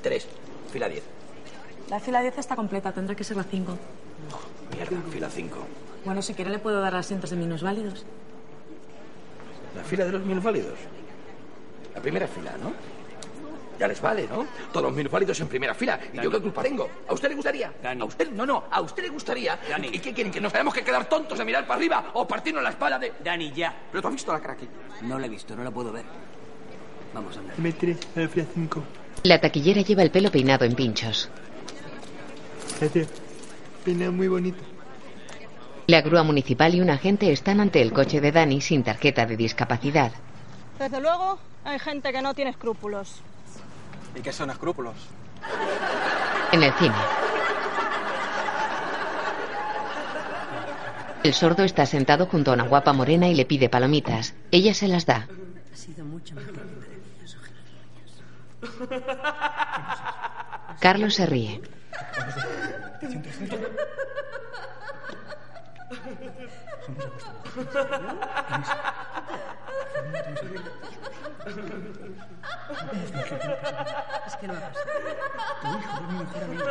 Speaker 8: Tres, fila 10.
Speaker 14: La fila 10 está completa, tendrá que ser la 5.
Speaker 8: Mierda, fila 5.
Speaker 14: Bueno, si quiere le puedo dar asientos de minusválidos.
Speaker 8: La fila de los minusválidos. La primera fila, ¿no? Ya les vale, ¿no? Todos los minusválidos en primera fila. ¿Y yo qué culpa tengo? ¿A usted le gustaría? ¿A usted? No, no. ¿A usted le gustaría? ¿Y qué quieren? ¿Que nos tenemos que quedar tontos de mirar para arriba o partirnos la espalda de...?
Speaker 6: Dani, ya.
Speaker 8: ¿Pero tú has visto la cara aquí?
Speaker 6: No la he visto, no la puedo ver. Vamos, anda.
Speaker 4: Dame 3, a la fila 5.
Speaker 2: La taquillera lleva el pelo peinado en pinchos.
Speaker 4: Gracias. Peinado muy bonito.
Speaker 2: La grúa municipal y un agente están ante el coche de Dani sin tarjeta de discapacidad.
Speaker 16: Desde luego, hay gente que no tiene escrúpulos.
Speaker 17: ¿Y qué son escrúpulos?
Speaker 2: En el cine. El sordo está sentado junto a una guapa morena y le pide palomitas. Ella se las da.
Speaker 14: Ha sido mucho mejor que maravilloso,
Speaker 2: Carlos se ríe.
Speaker 14: ¿Te sientes Es que no va a pasar. Tu hijo es mi mejor amigo.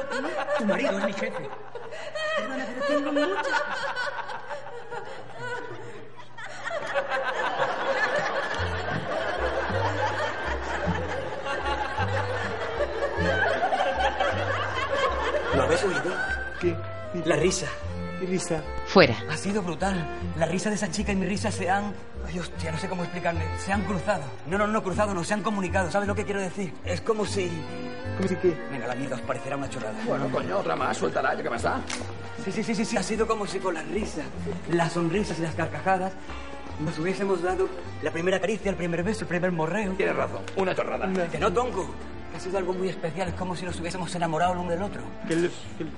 Speaker 14: Tu marido es mi jefe. Perdona, pero tengo muchas cosas.
Speaker 6: ¿Lo habéis oído?
Speaker 4: ¿Qué?
Speaker 6: La risa.
Speaker 4: ¿Qué risa?
Speaker 2: Fuera.
Speaker 6: Ha sido brutal. La risa de esa chica y mi risa se han... Ay, hostia, no sé cómo explicarle. Se han cruzado. No, no, no cruzado, no, se han comunicado. ¿Sabes lo que quiero decir? Es como si ¿Cómo si qué? Venga, la mierda os parecerá una chorrada.
Speaker 8: Bueno, coño, otra más, suéltala, ya que más da.
Speaker 6: Sí, sí, sí, sí, sí. Ha sido como si con las risas, las sonrisas y las carcajadas nos hubiésemos dado la primera caricia, el primer beso, el primer morreo.
Speaker 8: Tienes razón, una chorrada.
Speaker 6: Que no, Tonko. Ha sido algo muy especial, es como si nos hubiésemos enamorado el uno del otro.
Speaker 4: Que los... Que los-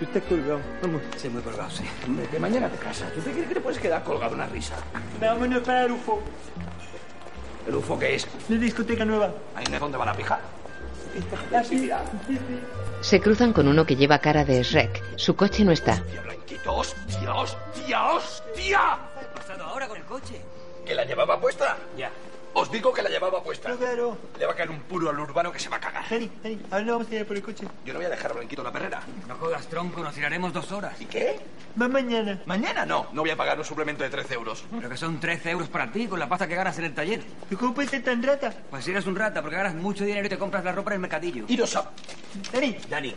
Speaker 4: tú estás colgado. Vamos.
Speaker 6: Sí, muy colgado, sí.
Speaker 8: Hombre, que mañana te casas. ¿Tú te crees que te puedes quedar colgado una risa?
Speaker 4: Vámonos para el UFO.
Speaker 8: ¿El UFO qué es?
Speaker 4: La discoteca nueva.
Speaker 8: Ahí no es donde va la pija.
Speaker 2: Se cruzan con uno que lleva cara de Shrek. Su coche no está.
Speaker 8: ¡Blanquito, hostia, hostia, hostia!
Speaker 6: ¿Qué ha pasado ahora con el coche?
Speaker 8: ¿Que la llevaba puesta?
Speaker 6: Ya.
Speaker 8: Os digo que la llevaba puesta.
Speaker 4: Claro.
Speaker 8: Le va a caer un puro al urbano que se va a cagar.
Speaker 4: Dani, Dani, ahora nos vamos a ir por el coche.
Speaker 8: Yo no voy a dejar a Blanquito en la perrera.
Speaker 6: No jodas, tronco, nos tiraremos dos horas.
Speaker 8: ¿Y qué?
Speaker 4: Más mañana.
Speaker 8: Mañana no. No voy a pagar un suplemento de 13 euros.
Speaker 6: Pero que son 13 euros para ti con la pasta que ganas en el taller.
Speaker 4: ¿Tú cómo puedes ser tan rata?
Speaker 6: Pues si eres un rata porque ganas mucho dinero y te compras la ropa en el mercadillo.
Speaker 8: Iros a...
Speaker 4: Dani,
Speaker 6: Dani,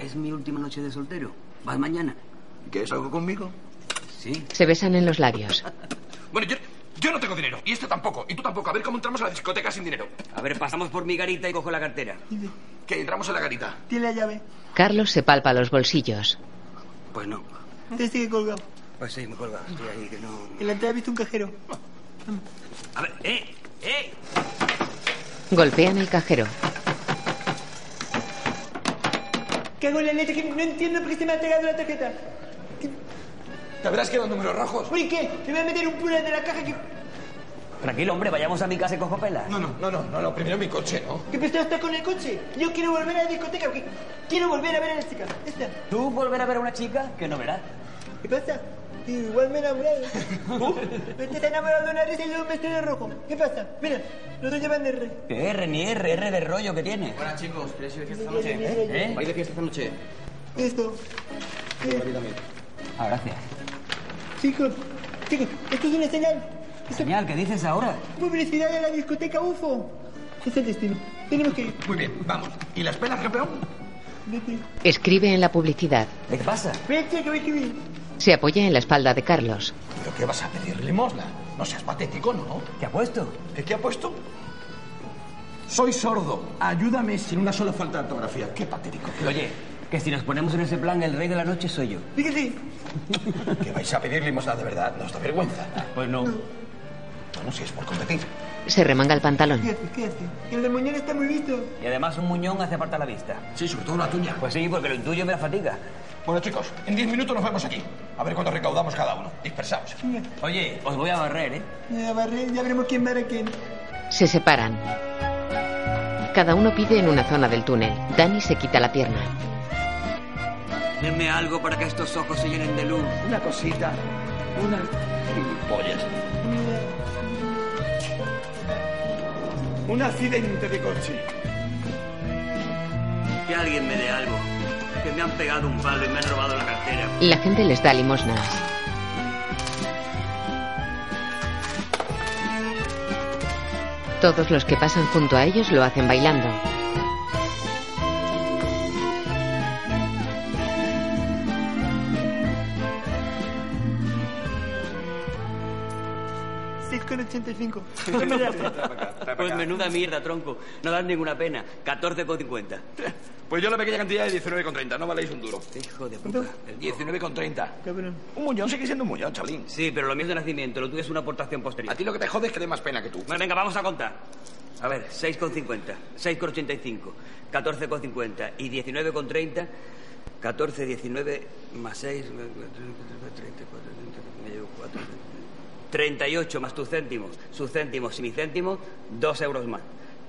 Speaker 6: es mi última noche de soltero. ¿Vas mañana?
Speaker 8: ¿Quieres algo conmigo?
Speaker 6: Sí.
Speaker 2: Se besan en los labios.
Speaker 8: Bueno, yo, yo no tengo dinero. Y este tampoco. Y tú tampoco. A ver cómo entramos a la discoteca sin dinero.
Speaker 6: A ver, pasamos por mi garita y cojo la cartera.
Speaker 8: Que entramos a la garita.
Speaker 4: tiene la llave.
Speaker 2: Carlos se palpa los bolsillos.
Speaker 6: Pues no.
Speaker 4: Te sigue Este colgado.
Speaker 6: Pues sí, me colgas. Estoy ahí que no.
Speaker 4: En la entrada he visto un cajero.
Speaker 6: A ver, ¡eh! ¡eh!
Speaker 2: Golpean el cajero.
Speaker 4: Cago en la leche que no entiendo por qué se me ha entregado la tarjeta.
Speaker 8: Te habrás quedado números rojos.
Speaker 4: Oye, ¿qué? Me voy a meter un puro de la caja que...
Speaker 6: Tranquilo, hombre, vayamos a mi casa y cojo pelas.
Speaker 8: No, no, no, no, no, no. Primero mi coche, ¿no?
Speaker 4: ¿Qué pesado estás con el coche? Yo quiero volver a la discoteca. porque Quiero volver a ver a la chica. Esta.
Speaker 6: ¿Tú volver a ver a una chica que no verás?
Speaker 4: ¿Qué pasa? Igual me he enamorado. Uh, Me estás enamorado de una risa y de un vestido rojo. ¿Qué pasa? Mira, los dos llevan de rey.
Speaker 6: ¿Qué R ni R, R de rollo que tiene?
Speaker 18: Buenas chicos, ¿queréis ir de fiesta esta
Speaker 4: noche?
Speaker 18: noche?
Speaker 6: ¿Eh?
Speaker 18: ¿Vais de fiesta esta noche?
Speaker 4: Esto.
Speaker 18: A mí también.
Speaker 6: Ah, gracias.
Speaker 4: Chicos, chicos, esto es una señal. Esto
Speaker 6: Señal, ¿qué dices ahora?
Speaker 4: publicidad de la discoteca UFO. Es el destino. Tenemos que ir.
Speaker 8: Muy bien, vamos. ¿Y las pelas, campeón?
Speaker 4: Vete.
Speaker 2: Escribe en la publicidad.
Speaker 6: ¿Qué te pasa?
Speaker 4: Vete, que voy a escribir.
Speaker 2: Se apoya en la espalda de Carlos.
Speaker 8: ¿Pero qué vas a pedir limosna? No seas patético, ¿no?
Speaker 6: ¿Qué ha puesto?
Speaker 8: ¿Qué, qué ha puesto? Soy sordo. Ayúdame sin una sola falta de ortografía. Qué patético.
Speaker 6: Oye, que si nos ponemos en ese plan, el rey de la noche soy yo.
Speaker 4: Fíjate.
Speaker 8: Que vais a pedir limosna de verdad. No os da vergüenza.
Speaker 6: Pues no.
Speaker 8: No, no, si es por competir.
Speaker 2: Se remanga el
Speaker 4: ¿Qué
Speaker 2: pantalón.
Speaker 4: haces? ¿Qué haces? El del muñón está muy visto.
Speaker 6: Y además un muñón hace parte a la vista.
Speaker 8: Sí, sobre todo la tuya.
Speaker 6: Pues sí, porque lo intuyo me da fatiga.
Speaker 8: Bueno, chicos, en 10 minutos nos vemos aquí. A ver cuánto recaudamos cada uno. Dispersamos.
Speaker 4: Mira,
Speaker 6: Oye, os voy a barrer, ¿eh?
Speaker 4: ya barré, ya veremos quién barra a quién.
Speaker 2: Se separan. Cada uno pide en una zona del túnel. Dani se quita la pierna.
Speaker 6: Denme algo para que estos ojos se llenen de luz.
Speaker 8: Una cosita. Una. Pollas.
Speaker 19: Un accidente de coche.
Speaker 6: Que alguien me dé algo. Que me han pegado un palo y me han robado la cartera.
Speaker 2: La gente les da limosnas. Todos los que pasan junto a ellos lo hacen bailando.
Speaker 4: con 85.
Speaker 6: Pues menuda mierda, tronco. No das ninguna pena. 14,50.
Speaker 8: Pues yo la pequeña cantidad de 19,30. No valéis un duro.
Speaker 6: Hijo de puta.
Speaker 8: 19,30.
Speaker 4: Cabrón.
Speaker 8: Un muñón sigue siendo un muñón, chavalín.
Speaker 6: Sí, pero lo mío es de nacimiento. Lo tuyo es una aportación posterior.
Speaker 8: A ti lo que te jode es que dé más pena que tú.
Speaker 6: Bueno, venga, vamos a contar. A ver, 6,50, 6,85, 14,50 y 19,30. 14, 19 más 6, 38 más tus céntimos, sus céntimos y mi céntimo, 2 euros más.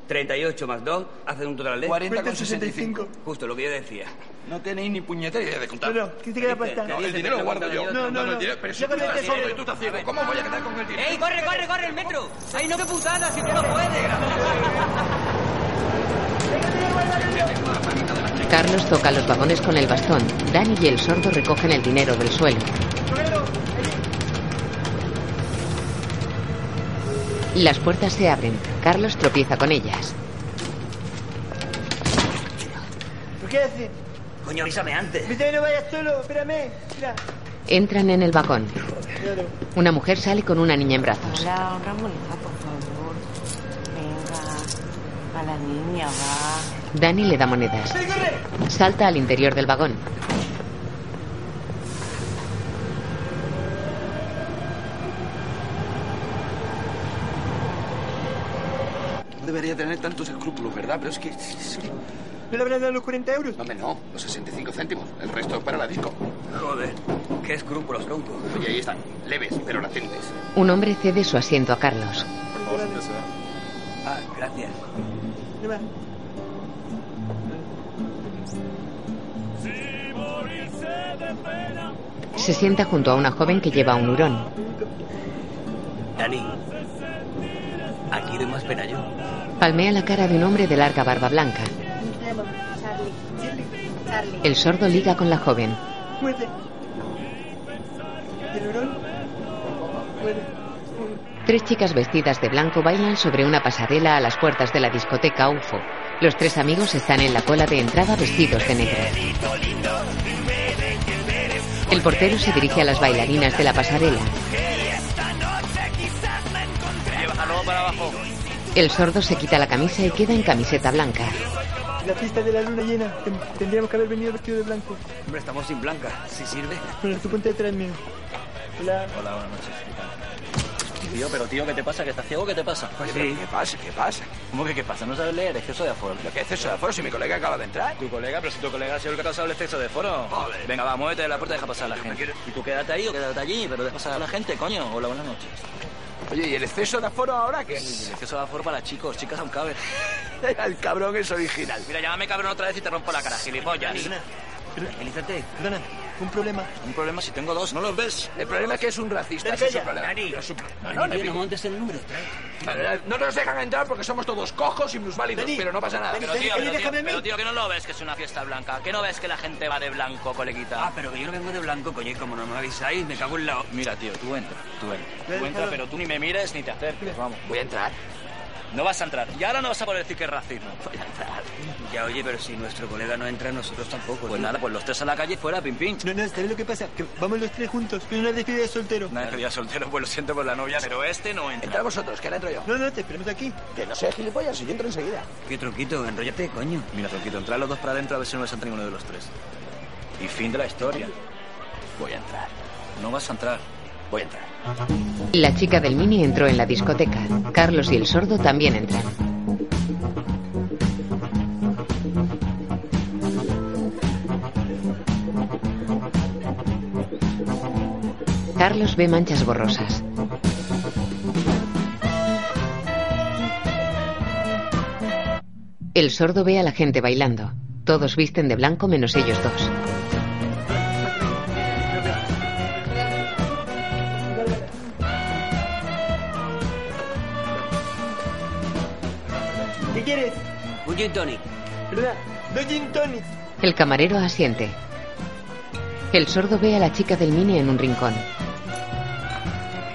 Speaker 6: 38 más 2 hacen un total de
Speaker 8: 40,65.
Speaker 6: Justo lo que yo decía.
Speaker 8: No tenéis ni puñetera idea de contar.
Speaker 4: Bueno, ¿quién se queda
Speaker 6: Dice,
Speaker 4: pasta?
Speaker 8: No, el dinero lo guardo yo.
Speaker 4: No, no, no.
Speaker 8: El dinero, pero si
Speaker 4: Yo
Speaker 8: tú
Speaker 4: con este el
Speaker 8: estás
Speaker 4: tesoro.
Speaker 8: sordo y tú estás ciego, ¿cómo voy a quedar con el dinero?
Speaker 6: ¡Ey, corre, corre, corre el metro! ¡Ay, no, qué putada! ¡Si tú no puedes!
Speaker 2: Carlos toca los vagones con el bastón. Dani y el sordo recogen el dinero del suelo. Las puertas se abren. Carlos tropieza con ellas.
Speaker 4: ¿Pero qué haces?
Speaker 6: Coño, avísame antes.
Speaker 4: Vete, no vayas solo, espérame. Mira.
Speaker 2: Entran en el vagón.
Speaker 4: Claro.
Speaker 2: Una mujer sale con una niña en brazos.
Speaker 20: Hola, una moneda, por favor. Venga.
Speaker 2: la niña, va. Dani le da monedas. Salta al interior del vagón.
Speaker 8: No debería tener tantos escrúpulos, ¿verdad? Pero es que...
Speaker 4: ¿No le habrás dado los 40 euros?
Speaker 8: Hombre, no, los 65 céntimos. El resto es para la disco.
Speaker 6: Joder, qué escrúpulos, tronco.
Speaker 8: Oye, ahí están. Leves, pero latentes.
Speaker 2: Un hombre cede su asiento a Carlos.
Speaker 6: Ah, gracias.
Speaker 2: Se sienta junto a una joven que lleva un hurón.
Speaker 6: Dani, aquí doy más pena yo.
Speaker 2: Palmea la cara de un hombre de larga barba blanca.
Speaker 14: Charlie. Charlie.
Speaker 2: El sordo liga con la joven.
Speaker 4: Muerde. ¿Y el hurón? Muerde.
Speaker 2: Tres chicas vestidas de blanco bailan sobre una pasarela a las puertas de la discoteca UFO. Los tres amigos están en la cola de entrada vestidos de negro. El portero se dirige a las bailarinas de la pasarela. El sordo se quita la camisa y queda en camiseta blanca.
Speaker 4: La pista de la luna llena. Ten- Tendríamos que haber venido vestido de blanco.
Speaker 6: Hombre, estamos sin blanca. Si sirve.
Speaker 4: Bueno, tú ponte detrás mío. Hola.
Speaker 21: Hola, buenas noches. Tío, pero tío, ¿qué te pasa? ¿Que estás ciego? ¿Qué te pasa?
Speaker 8: Oye, pero Pues, ¿qué pasa? ¿Qué pasa?
Speaker 21: ¿Cómo que qué pasa? ¿No sabes leer exceso de aforo?
Speaker 8: ¿Lo que es eso de aforo si mi colega acaba de entrar?
Speaker 21: ¿Tu colega? Pero si tu colega ha sido el que ha causado el exceso de foro.
Speaker 8: Joder.
Speaker 21: Venga, va, muévete de la puerta y deja pasar a la gente. Y tú quédate ahí o quédate allí, pero deja pasar a la gente, coño. Hola, buenas noches.
Speaker 8: Oye, ¿y el exceso de aforo ahora qué?
Speaker 21: El exceso de aforo para chicos, chicas aún cabe.
Speaker 8: El cabrón es original.
Speaker 21: Mira, llámame cabrón otra vez y te rompo la cara, gilipollas. Tranquilízate.
Speaker 4: Perdona, un problema.
Speaker 21: Un problema si tengo dos, ¿no los ves?
Speaker 8: El problema es que es un racista. ese es el problema. No, no,
Speaker 6: Dani,
Speaker 8: ni-
Speaker 6: no montes el número.
Speaker 8: Vale, No nos dejan entrar porque somos todos cojos y minusválidos, pero no pasa nada.
Speaker 21: Pero tío, pero tío, pero tío, que no lo ves que es una fiesta blanca. Que no ves que la gente va de blanco, coleguita.
Speaker 6: Ah, pero que yo no vengo de blanco, coño. y Como no me avisáis, me cago en la...
Speaker 21: Mira, tío, tú entra. Tú entra. Tú entra,
Speaker 6: Déjalo.
Speaker 21: pero tú ni me mires ni te acerques, vamos.
Speaker 8: Voy a entrar.
Speaker 21: No vas a entrar. Y ahora no vas a poder decir que es racismo. Voy a entrar.
Speaker 6: Ya, oye, pero si nuestro colega no entra, nosotros tampoco.
Speaker 21: Pues nada, pues los tres a la calle y fuera, pim pim.
Speaker 4: No, no, ¿sabes lo que pasa? Que vamos los tres juntos, pero una despedida de soltero.
Speaker 21: Nada, que ya soltero, pues lo siento por la novia, pero este no entra.
Speaker 8: Entra vosotros, que ahora entro yo.
Speaker 4: No, no, te esperamos aquí.
Speaker 8: Que no seas gilipollas, si yo entro enseguida.
Speaker 6: Qué truquito, enrollate, coño.
Speaker 21: Mira, Tronquito, entra los dos para adentro a ver si no les entra ninguno de los tres. Y fin de la historia.
Speaker 8: Voy a entrar.
Speaker 21: No vas a entrar.
Speaker 8: Voy a entrar.
Speaker 2: La chica del mini entró en la discoteca. Carlos y el sordo también entran. Carlos ve manchas borrosas. El sordo ve a la gente bailando. Todos visten de blanco menos ellos dos.
Speaker 4: ¿Qué quieres?
Speaker 6: Un gin tonic.
Speaker 4: ¿Verdad? Dos gin tonics.
Speaker 2: El camarero asiente. El sordo ve a la chica del mini en un rincón.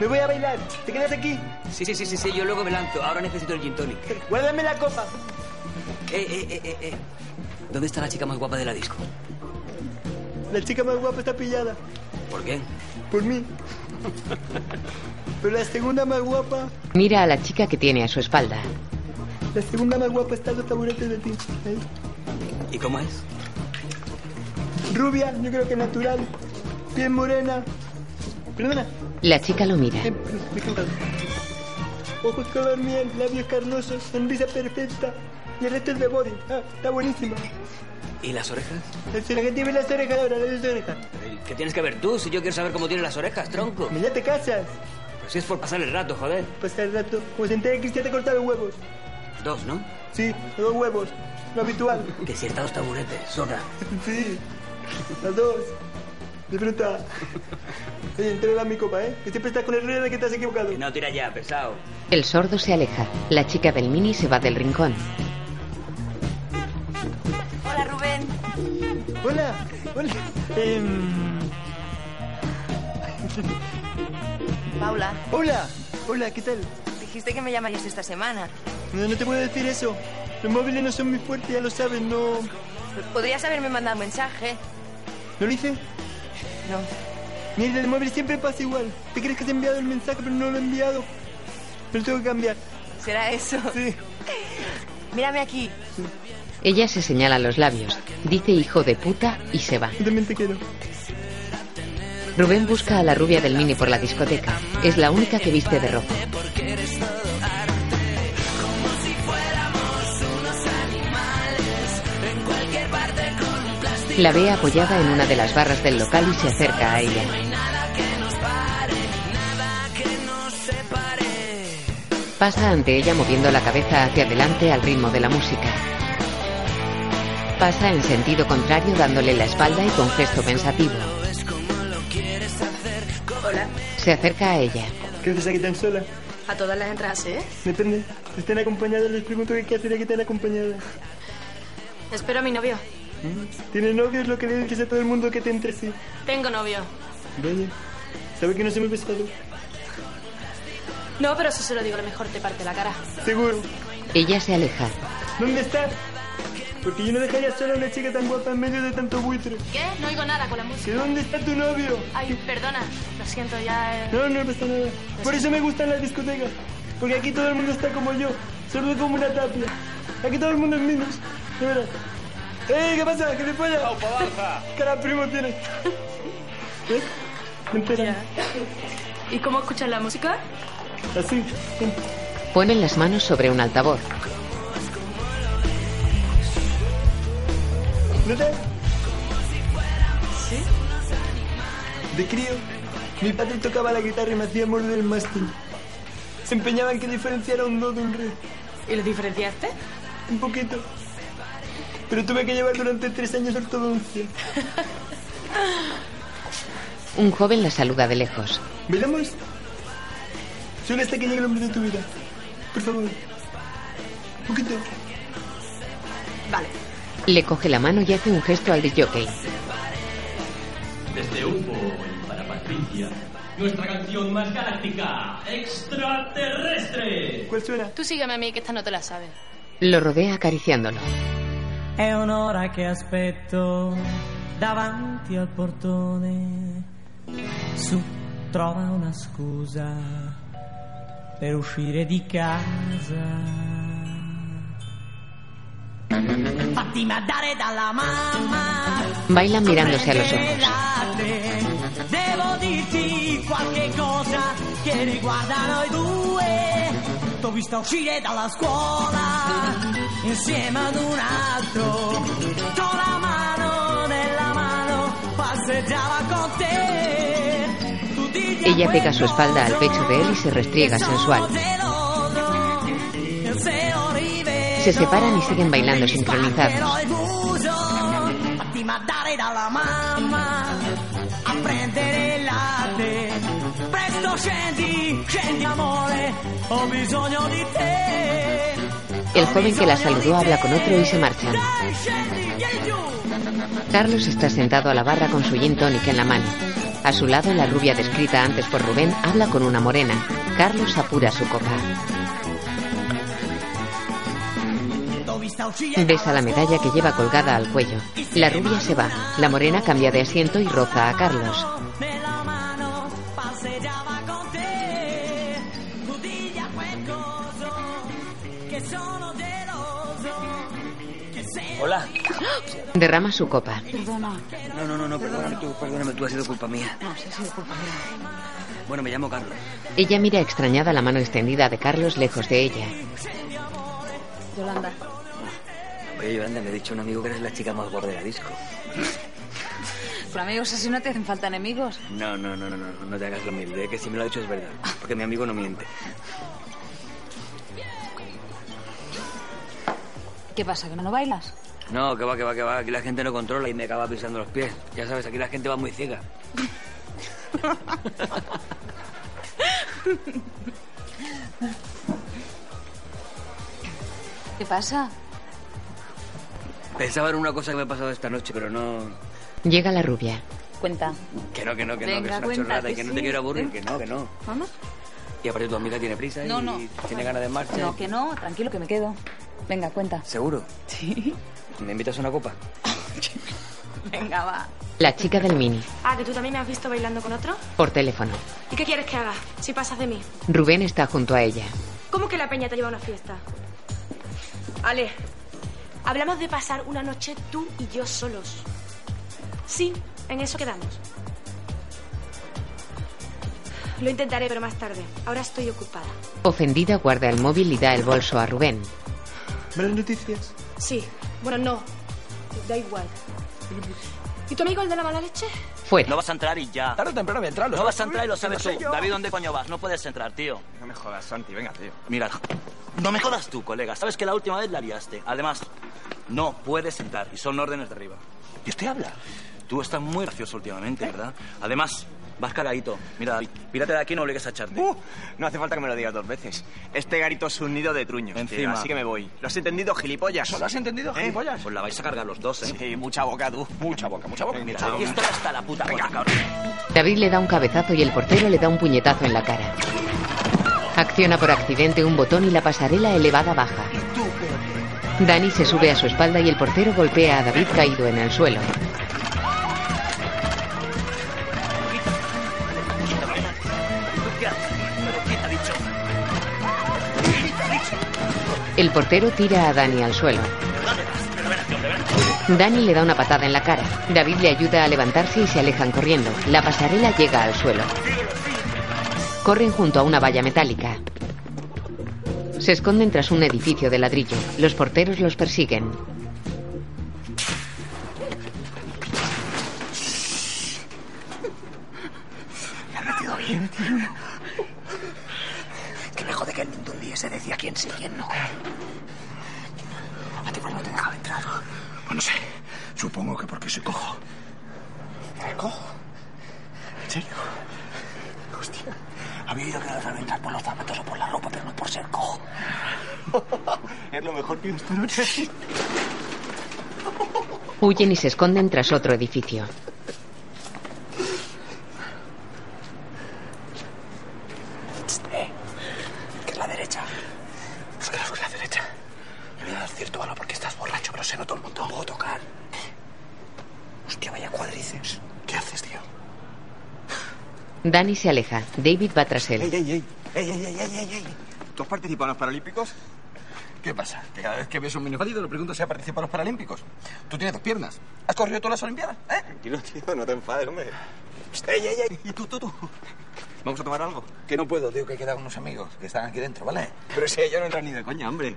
Speaker 4: Me voy a bailar. ¿Te quedas aquí?
Speaker 6: Sí, sí, sí, sí, sí, yo luego me lanzo. Ahora necesito el gin tonic. Eh,
Speaker 4: Guárdame la copa.
Speaker 6: eh, eh, eh, eh. ¿Dónde está la chica más guapa de la disco?
Speaker 4: La chica más guapa está pillada.
Speaker 6: ¿Por qué?
Speaker 4: Por mí. Pero la segunda más guapa,
Speaker 2: Mira a la chica que tiene a su espalda.
Speaker 4: la segunda más guapa está en los taburetes de ti. Ahí.
Speaker 6: ¿Y cómo es?
Speaker 4: Rubia, yo creo que natural. Piel morena. Perdona, em,
Speaker 2: La chica lo mira.
Speaker 4: ojos color miel, labios carnosos, sonrisa perfecta. Y el resto es de body. Ah, está buenísima.
Speaker 6: ¿Y las orejas?
Speaker 4: Si la gente ve las orejas ahora, las dos orejas.
Speaker 6: ¿Qué tienes que ver tú si yo quiero saber cómo tiene las orejas, tronco?
Speaker 4: Ya te casas.
Speaker 6: Pero si es por pasar el rato, joder.
Speaker 4: Pasar Pues el rato. Como se entera que Cristian te corta los huevos.
Speaker 6: Dos, ¿no?
Speaker 4: Sí, los dos huevos. Lo habitual.
Speaker 6: Que si está los taburetes, zorra.
Speaker 4: Sí, las dos. Disfruta. Oye, entrega mi copa, ¿eh? Que siempre estás con el rey de que estás equivocado.
Speaker 6: No, tira ya, pesado.
Speaker 2: El sordo se aleja. La chica del mini se va del rincón.
Speaker 20: Hola, Rubén.
Speaker 4: Hola, hola. Em,
Speaker 20: Paula,
Speaker 4: hola, hola, ¿qué tal?
Speaker 20: dijiste que me llamarías esta semana.
Speaker 4: No, no te puedo decir eso. Los móviles no son muy fuertes, ya lo sabes, no.
Speaker 20: Podrías haberme mandado un mensaje.
Speaker 4: ¿No lo hice?
Speaker 20: No.
Speaker 4: Mierda, el móvil siempre pasa igual. ¿Te crees que te he enviado el mensaje, pero no lo he enviado? Pero tengo que cambiar.
Speaker 20: ¿Será eso?
Speaker 4: Sí.
Speaker 20: Mírame aquí.
Speaker 2: Ella se señala los labios, dice hijo de puta y se va.
Speaker 4: Yo también te quiero.
Speaker 2: Rubén busca a la rubia del mini por la discoteca. Es la única que viste de rojo. La ve apoyada en una de las barras del local y se acerca a ella. Pasa ante ella moviendo la cabeza hacia adelante al ritmo de la música. Pasa en sentido contrario dándole la espalda y con gesto pensativo.
Speaker 14: Hola.
Speaker 2: Se acerca a ella.
Speaker 4: ¿Qué haces aquí tan sola?
Speaker 14: A todas las entradas, ¿eh?
Speaker 4: Depende. Si están acompañadas, les pregunto qué hacer aquí tan acompañadas.
Speaker 14: Espero a mi novio.
Speaker 4: ¿Tienes novio? Es lo que le dices a todo el mundo que te entre sí.
Speaker 14: Tengo novio.
Speaker 4: Vaya. ¿Sabe que no se me ha besado?
Speaker 14: No, pero eso se lo digo, a lo mejor te parte la cara.
Speaker 4: Seguro.
Speaker 2: Ella se aleja.
Speaker 4: ¿Dónde está? Porque yo no dejaría sola a una chica tan guapa en medio de tanto buitre.
Speaker 14: ¿Qué? No oigo nada con la música.
Speaker 4: ¿Que dónde está tu novio?
Speaker 14: Ay, perdona. Lo siento, ya... eh,
Speaker 4: No, no pasa nada. Por eso me gustan las discotecas. Porque aquí todo el mundo está como yo. Sordo como una tapia. Aquí todo el mundo es menos. De verdad. ¡Ey! ¿Qué pasa? ¿Qué te polla? ¿Qué cara de primo tienes? ¿Ves? Me enteran.
Speaker 14: ¿Y cómo escuchas la música?
Speaker 4: Así.
Speaker 2: Ponen las manos sobre un altavoz.
Speaker 4: ¿No te? ¿Sí? De crío, mi padre tocaba la guitarra y me hacía morder el mástil. Se empeñaba en que diferenciara un do de un re.
Speaker 14: ¿Y lo diferenciaste?
Speaker 4: Un poquito. Pero tuve que llevar durante tres años ortodoncia.
Speaker 2: Un joven la saluda de lejos.
Speaker 4: ¿Bailamos? Solo hasta que llegue el hombre de tu vida. Por favor. Un poquito.
Speaker 14: Vale.
Speaker 2: Le coge la mano y hace un gesto al jockey.
Speaker 22: Desde UFO y para Patricia, nuestra canción más galáctica, extraterrestre.
Speaker 4: ¿Cuál suena?
Speaker 14: Tú sígueme a mí, que esta no te la sabes.
Speaker 2: Lo rodea acariciándolo.
Speaker 5: È un'ora che aspetto davanti al portone. Su, trova una scusa per uscire di casa. Fatti mandare dalla mamma.
Speaker 2: Bailan mirándose a los ojos.
Speaker 5: Scusate, Devo dirti qualche cosa che riguarda noi due. T'ho vista uscire dalla scuola insieme ad un altro. Con la mano nella mano passeggiava con te. Tu digli a
Speaker 2: Ella pega su espalda al pecho de él y se restriega sensual.
Speaker 5: quello che se lo rivedo.
Speaker 2: Se separan y siguen bailando sincronizados.
Speaker 5: Spaccherò il muso, fatti mandare dalla mamma a prendere il latte. Presto scendi, scendi amore, ho bisogno di te.
Speaker 2: El joven que la saludó habla con otro y se marchan.
Speaker 5: Dai, scendi, vieni giù.
Speaker 2: Carlos está sentado a la barra con su gin tonic en la mano. A su lado, la rubia descrita antes por Rubén habla con una morena. Carlos apura su copa. Besa la medalla que lleva colgada al cuello. La rubia se va. La morena cambia de asiento y roza a Carlos.
Speaker 5: Nella mano passeggiava con te, tu digli a quel coso che sono geloso, che sei...
Speaker 6: Hola.
Speaker 2: Derrama su copa.
Speaker 14: Perdona.
Speaker 6: No, no, no, no, perdóname tú, perdóname tú, ha sido culpa mía.
Speaker 14: No, si ha sido culpa mía.
Speaker 6: Bueno, me llamo Carlos.
Speaker 2: Ella mira extrañada la mano extendida de Carlos lejos de ella.
Speaker 14: Yolanda.
Speaker 6: Oye, Yolanda, me ha dicho un amigo que eres la chica más gorda de la disco.
Speaker 3: Pero amigos, así no te hacen falta enemigos.
Speaker 6: No, no, no, no, no, no te hagas lo humilde, eh, que si me lo ha dicho es verdad, porque mi amigo no miente.
Speaker 3: ¿Qué pasa, que no bailas?
Speaker 6: No, que va, que va, que va, aquí la gente no controla y me acaba pisando los pies. Ya sabes, aquí la gente va muy ciega.
Speaker 3: ¿Qué pasa?
Speaker 6: Pensaba en una cosa que me ha pasado esta noche, pero no...
Speaker 2: Llega la rubia.
Speaker 3: Cuenta.
Speaker 6: Que no, que no, que no, que
Speaker 3: Venga,
Speaker 6: es una
Speaker 3: cuenta,
Speaker 6: chorrada y
Speaker 3: que
Speaker 6: que no
Speaker 3: sí.
Speaker 6: te quiero aburrir, que no, que no.
Speaker 3: ¿Vamos?
Speaker 6: Y aparte tu amiga tiene prisa
Speaker 3: No,
Speaker 6: y
Speaker 3: no.
Speaker 6: tiene ganas de marcha.
Speaker 3: No, que no, tranquilo que me quedo. Venga, cuenta.
Speaker 6: ¿Seguro? Sí. ¿Me invitas a una copa?
Speaker 3: Venga, va.
Speaker 2: La chica del mini.
Speaker 16: Ah, que tú también me has visto bailando con otro.
Speaker 2: Por teléfono.
Speaker 16: ¿Y qué quieres que haga si pasas de mí?
Speaker 2: Rubén está junto a ella.
Speaker 16: ¿Cómo que la peña te lleva a una fiesta?
Speaker 12: Ale, hablamos de pasar una noche tú y yo solos. Sí, en eso quedamos. Lo intentaré, pero más tarde. Ahora estoy ocupada.
Speaker 2: Ofendida, guarda el móvil y da el bolso a Rubén.
Speaker 19: ¿Malas noticias?
Speaker 12: Sí. Bueno, no. Da igual. ¿Y tu amigo el de la mala leche?
Speaker 2: Fuera.
Speaker 21: No vas a entrar y ya.
Speaker 7: Tarde o temprano voy a entrar. lo
Speaker 21: No vas a
Speaker 7: sabes
Speaker 21: entrar y lo sabes
Speaker 7: sé
Speaker 21: tú.
Speaker 7: yo.
Speaker 21: David, ¿dónde coño vas? No puedes entrar, tío.
Speaker 7: No me jodas, Santi, venga, tío.
Speaker 21: Mira, no me jodas tú, colega. Sabes que la última vez la liaste. Además, no puedes entrar y son órdenes de arriba. Dios te habla. Tú estás muy gracioso últimamente,
Speaker 7: ¿Eh?
Speaker 21: ¿verdad? Además, vas cagadito. Mira, David, pírate de aquí y no obligues a echarte.
Speaker 7: Uh, no hace falta que me lo digas dos veces. Este garito es un nido de truños. tío,
Speaker 21: Encima.
Speaker 7: así que me voy. ¿Lo has entendido, gilipollas? ¿Eh? ¿Solo has entendido, gilipollas?
Speaker 21: Pues la vais a cargar los dos, ¿eh?
Speaker 7: Sí, mucha boca, tú. Mucha boca, mucha boca.
Speaker 21: Mira, aquí estoy hasta la puta boca, cabrón.
Speaker 2: David le da un cabezazo y el portero le da un puñetazo en la cara. Acciona por accidente un botón y la pasarela elevada baja. Dani se sube a su espalda y el portero golpea a David caído en el suelo. El portero tira a Dani al suelo. Dani le da una patada en la cara. David le ayuda a levantarse y se alejan corriendo. La pasarela llega al suelo. Corren junto a una valla metálica. Se esconden tras un edificio de ladrillo. Los porteros los persiguen.
Speaker 23: Me ha metido bien, tío. Que me jode que el Mindundi se decía quién sí, quién no. A ti pues no te dejaba entrar. Pues no sé. Supongo que porque soy cojo. ¿Eres cojo? ¿En serio? Hostia. Había oído que lo dejaban entrar por los zapatos o por la ropa, pero no por ser cojo. es lo mejor que he visto noche.
Speaker 2: Huyen y se esconden tras otro edificio.
Speaker 23: Eh, que es la derecha. Pues claro que es la derecha. Me voy a dar cierto valor porque estás borracho, pero se nota un montón. Puedo tocar. Hostia, vaya cuadrices. ¿Qué haces, tío?
Speaker 2: Dani se aleja. David va tras él.
Speaker 7: Ey, ey, ey. Ey, ey, ey, ey, ey, ey. ¿Tú has participado en los Paralímpicos?
Speaker 8: ¿Qué pasa? Que cada vez que ves un minusválido le pregunto si ha participado en los Paralímpicos. Tú tienes dos piernas. ¿Has corrido todas las Olimpiadas? ¿Eh?
Speaker 7: Tranquilo, tío, no te enfades, hombre. Ey, ey, ey. ¿Y tú, tú, tú? ¿Vamos a tomar algo?
Speaker 8: Que no puedo, tío, que he quedado con unos amigos que están aquí dentro, ¿vale?
Speaker 7: Pero si yo no entro ni de coña, hombre.